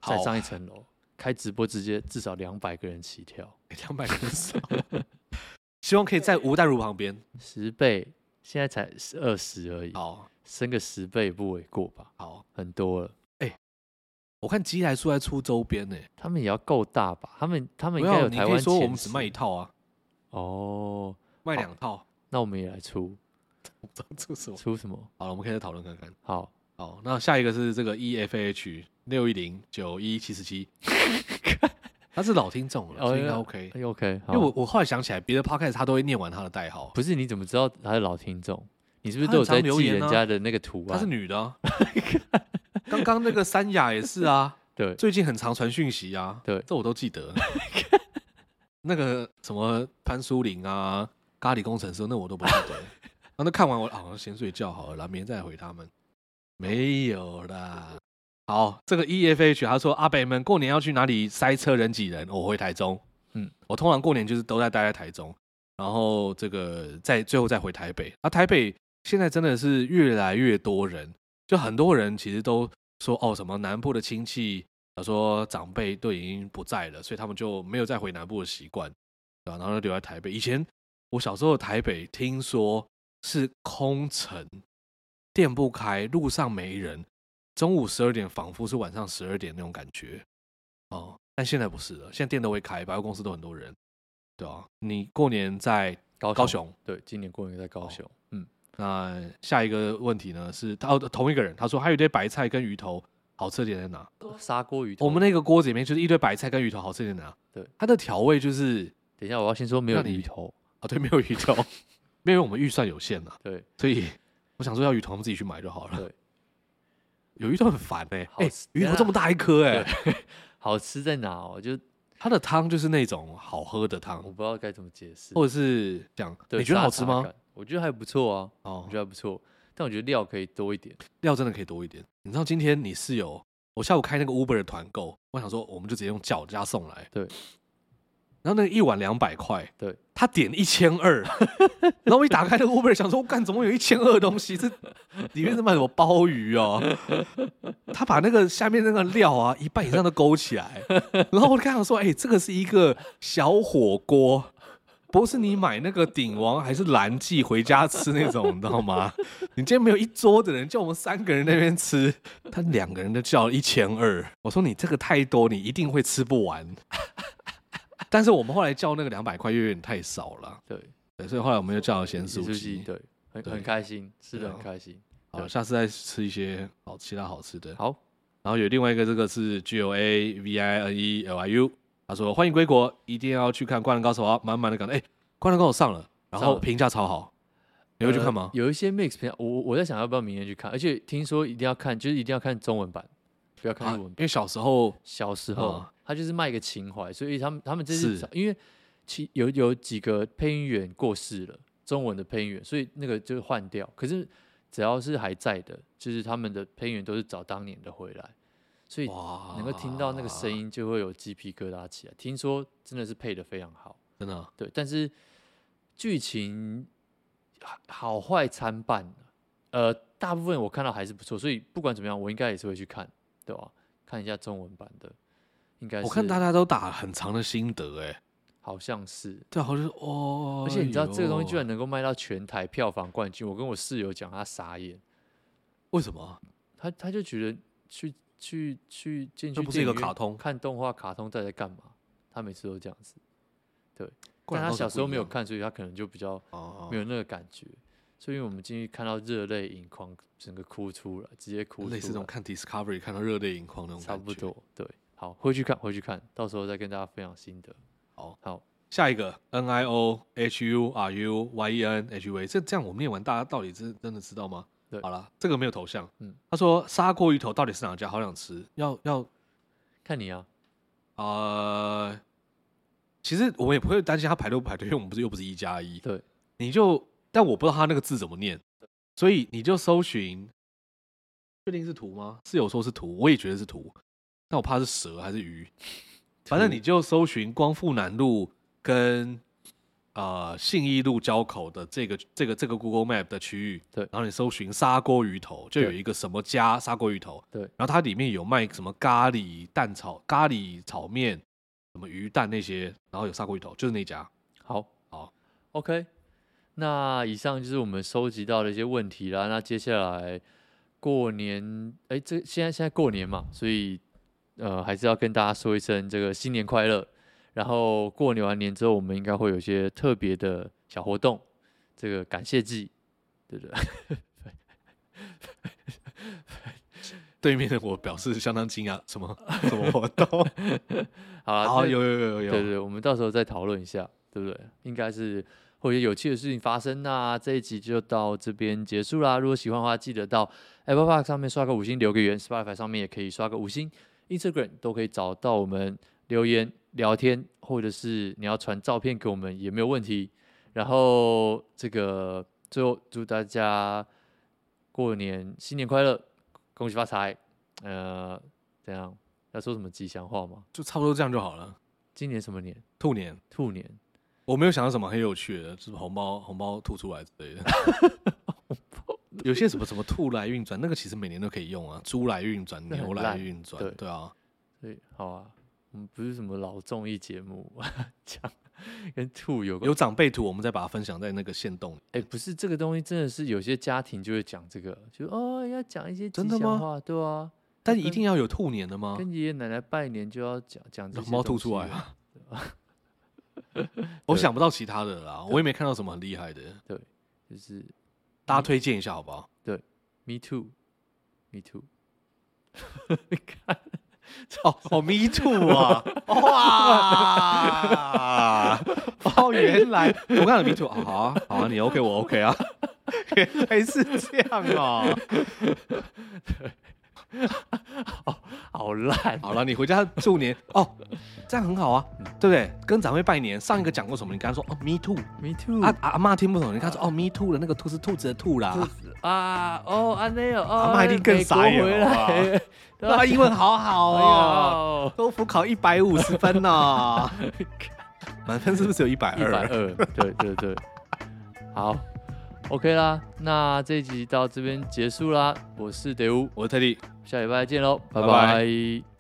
S3: 再
S2: 好
S3: 上一层楼，开直播直接至少两百个人起跳，
S2: 两百更少。 希望可以在吴淡如旁边。
S3: 十倍，现在才二十而已，
S2: 嗯好，
S3: 升个十倍不为过吧？
S2: 好，
S3: 很多了，
S2: 我看鸡来素在出周边呢、
S3: 他们也要够大吧？他们他
S2: 不
S3: 们应该
S2: 要，
S3: 有
S2: 你
S3: 台
S2: 可
S3: 湾
S2: 以说我们
S3: 前
S2: 只
S3: 十
S2: 卖一套啊，
S3: 哦，
S2: 卖
S3: 好
S2: 两套，
S3: 那我们也来出
S2: 我不知道出什么。
S3: 出什么？
S2: 好了，我们可以再讨论看看。
S3: 好，
S2: 好，那下一个是这个 E F A H 六一零九一七十七，他是老听众了，
S3: 哦
S2: 所以应该
S3: 要
S2: OK。
S3: 哎 OK，
S2: 因为我我后来想起来，别的 podcast 他都会念完他的代号，
S3: 不是，你怎么知道他是老听众？你是不是
S2: 他
S3: 都有
S2: 很常
S3: 在
S2: 留
S3: 记
S2: 言
S3: 人
S2: 啊
S3: 家的那个图
S2: 她
S3: 案？
S2: 是女的啊、刚刚那个三雅也是啊，
S3: 对
S2: 最近很常传讯息啊，
S3: 对
S2: 这我都记得。 那个什么潘苏林啊，咖喱工程师，那我都不记 得。然后那看完我，好、啊、先睡觉好了啦，明天再回他们。没有啦。好，这个 E F H 他说阿北们过年要去哪里塞车人挤人？我回台中。
S3: 嗯
S2: 嗯，我通常过年就是都在待在台中，然后这个再最后再回台北。啊，台北现在真的是越来越多人，就很多人其实都说哦，什么南部的亲戚，他说长辈都已经不在了，所以他们就没有再回南部的习惯，对吧、然后就留在台北。以前我小时候的台北，听说是空城，店不开，路上没人，中午十二点仿佛是晚上十二点那种感觉。哦，但现在不是了，现在店都会开，百货公司都很多人，对啊，你过年在
S3: 高
S2: 高雄，哦
S3: 对，今年过年在高雄，嗯，
S2: 那下一个问题呢是他哦同一个人，他说还有一堆白菜跟鱼头，好吃的点在哪？
S3: 砂锅鱼头。
S2: 我们那个锅子里面就是一堆白菜跟鱼头，好吃的点在哪？
S3: 对，
S2: 它的调味就是
S3: 等一下我要先说没有
S2: 那你
S3: 鱼头，
S2: 哦，对，没有鱼头， 因为我们预算有限啊，
S3: 对，
S2: 所以我想说要鱼头我们自己去买就好了。
S3: 对，
S2: 有鱼头很烦哎、
S3: 好
S2: 欸，
S3: 吃啊
S2: 鱼
S3: 等
S2: 头
S3: 下
S2: 这么大一颗哎、
S3: 好吃在哪哦？就
S2: 它的汤就是那种好喝的汤
S3: 我，不知道该怎么解释。
S2: 或者是讲
S3: 对
S2: 哦你觉得好吃？
S3: 沙茶
S2: 吗？
S3: 感我觉得还不错啊，我
S2: 哦
S3: 觉，得还不错，但我觉得料可以多一点。
S2: 料真的可以多一点。你知道今天你室友，我下午开那个 Uber 的团购，我想说我们就直接用叫加送来。
S3: 对。
S2: 然后那个一碗两百块，
S3: 对，
S2: 他点一千二， 然后我一打开那个 Uber，想说，我干，怎么有一千二的东西？这里面是卖什么鲍鱼哦？他把那个下面那个料啊，一半以上都勾起来，然后我就跟他说，哎、这个是一个小火锅，不是你买那个鼎王还是蓝记回家吃那种，你知道吗？你今天没有一桌的人，叫我们三个人在那边吃，他两个人都叫一千二。我说你这个太多，你一定会吃不完。但是我们后来叫那个两百块又有点太少了，
S3: 对，
S2: 对，所以后来我们又叫了咸
S3: 盐
S2: 酥
S3: 酥鸡
S2: 鸡。
S3: 对，很
S2: 对
S3: 很开心，吃的
S2: 对啊
S3: 很开心。
S2: 好，下次再吃一些好其他好吃的。
S3: 好，
S2: 然后有另外一个，这个是 G O A V I N E L I U，他说欢迎归国，一定要去看《灌篮高手》啊！满满的感动，哎，《灌篮高手》上了，然
S3: 上
S2: 后
S3: 了
S2: 评价超好，你会去
S3: 呃
S2: 看吗？
S3: 有一些 mix 片，我我在想要不要明天去看，而且听说一定要看，就是一定要看中文版，不要呃看
S2: 啊
S3: 日文版。
S2: 因为小时候
S3: 小时候、
S2: 嗯
S3: 他就是卖一个情怀，所以他们他们这
S2: 是
S3: 次找因为其有有几个配音员过世了，中文的配音员，所以那个就换掉。可是只要是还在的，就是他们的配音员都是找当年的回来，所以
S2: 哇，
S3: 哎能够听到那个声，音就会有鸡皮疙瘩起来。听说真的是配的非常好，
S2: 真的啊
S3: 对，但是剧情好好坏参半，呃，大部分我看到还是不错，所以不管怎么样，我应该也是会去看，对吧？看一下中文版的，应该
S2: 我看
S3: 是
S2: 大家都打很长的心得、哎，
S3: 好像是。
S2: 对啊，好像是哦，
S3: 而且你知道这个东西居
S2: 哎
S3: 然
S2: 呦
S3: 能够卖到全台票房冠军，我跟我室友讲，他傻眼，
S2: 为什么？
S3: 他他就觉得去去去进
S2: 这
S3: 去
S2: 不是一个
S3: 电影院
S2: 卡通
S3: 看动画卡通到底在干嘛？他每次都这样子，但
S2: 灌篮
S3: 他
S2: 高手
S3: 小时候
S2: 不一
S3: 没有
S2: 样
S3: 看，所以他可能就比较
S2: 哦，
S3: 没有那个感觉。所以我们进去看到热泪盈眶，整个哭出来，直接哭出来，啊
S2: 类似那种看 Discovery 看到热泪盈眶那种
S3: 差
S2: 感觉。
S3: 不。多。对，好，回去看，回去看，到时候再跟大家分享心得。
S2: 好
S3: 好，
S2: 下一个 N I O H U R U Y E N H U A，这这样我念完，大家到底真真的知道吗？
S3: 对
S2: 好了，这个没有头像。嗯
S3: 嗯，
S2: 他说砂锅鱼头到底是哪家？好想吃，要要
S3: 看你啊，
S2: 呃，其实我们也不会担心他排队不排队，因为我们不是又不是一加一。
S3: 对，
S2: 你就但我不知道他那个字怎么念，所以你就搜寻，确定是图吗？是有说是图，我也觉得是图，但我怕是蛇还 是鱼，反正你就搜寻光复南路跟呃信义路交口的这个这个这个 Google Map 的区域，
S3: 对
S2: 然后你搜寻砂锅鱼头，就有
S3: 对
S2: 一个什么家砂锅鱼头，
S3: 对
S2: 然后它里面有卖什么咖喱蛋炒咖喱炒面，什么鱼蛋那些，然后有砂锅鱼头，就是那家，
S3: 好，
S2: 好
S3: ，OK。那以上就是我们收集到的一些问题啦。那接下来过年，哎，这现在现在过年嘛，所以呃，还是要跟大家说一声这个新年快乐。然后过年完年之后，我们应该会有一些特别的小活动，这个感谢季，对不对？
S2: 对面的我表示相当惊讶，什么什么活 动？
S3: 好啦，
S2: 啊，
S3: 这
S2: 有有有有
S3: 对
S2: 有，
S3: 对，我们到时候再讨论一下，对不对？应该是会有有趣的事情发生那这一集就到这边结束啦。如果喜欢的话，记得到 Apple Park 上面刷个五星，留个言；Spotify 上面也可以刷个五星；Instagram 都可以找到我们留言聊天，或者是你要传照片给我们也没有问题。然后这个最后祝大家过年新年快乐，恭喜发财。呃，怎样？要说什么吉祥话吗？
S2: 就差不多这样就好了。
S3: 今年什么年？
S2: 兔年，
S3: 兔年。
S2: 我没有想到什么很有趣的，就是红包红包吐出来之类的。 有些什么什么兔来运转，那个其实每年都可以用啊，猪来运转，
S3: 那很
S2: 牛来
S3: 烂
S2: 运转
S3: 对，
S2: 对啊，
S3: 对，好啊，我们不是什么老综艺节目， 讲跟吐有关
S2: 有。长辈图，我们再把它分享在那个线动里。
S3: 哎、不是这个东西，真的是有些家庭就会讲这个，就哦要讲一些吉
S2: 真的
S3: 祥
S2: 吗
S3: 话，对啊，
S2: 但
S3: 跟
S2: 一定要有兔年的吗？
S3: 跟爷爷奶奶拜年就要讲讲这
S2: 让
S3: 些
S2: 猫吐
S3: 东西
S2: 出来
S3: 了
S2: 啊！我想不到其他的了啦，我也没看到什么很厉害的，
S3: 就是嗯
S2: 大家推荐一下好不好？
S3: me too，me too。
S2: 哦哦，Me too 啊！哇！哦，原来我看到 Me too，哦好啊，好啊，你 OK 我 OK 啊，原来是这样啊！
S3: 好 烂，
S2: 好了，啊你回家祝年哦，这样很好啊，对不对？跟长辈拜年，上一个讲过什么？你跟他说哦，Me too。
S3: me too
S2: 啊啊阿妈听不懂，你跟他说哦，Me too 的那个兔是兔子的兔啦，
S3: 啊哦，安内哦，
S2: 阿
S3: 哦，
S2: 嬷一定更
S3: 美国
S2: 傻眼
S3: 回
S2: 好不好
S3: 来， 对啊
S2: 那英文好好哦，
S3: 哦，
S2: 托福考一百五十分 呢，满分是不是只有一百
S3: 一百
S2: 二？
S3: 二， 对对对，好，OK 啦，那这一集到这边结束啦，我是德乌，
S2: 我是特地。
S3: 下礼拜见喽，拜
S2: 拜拜
S3: 拜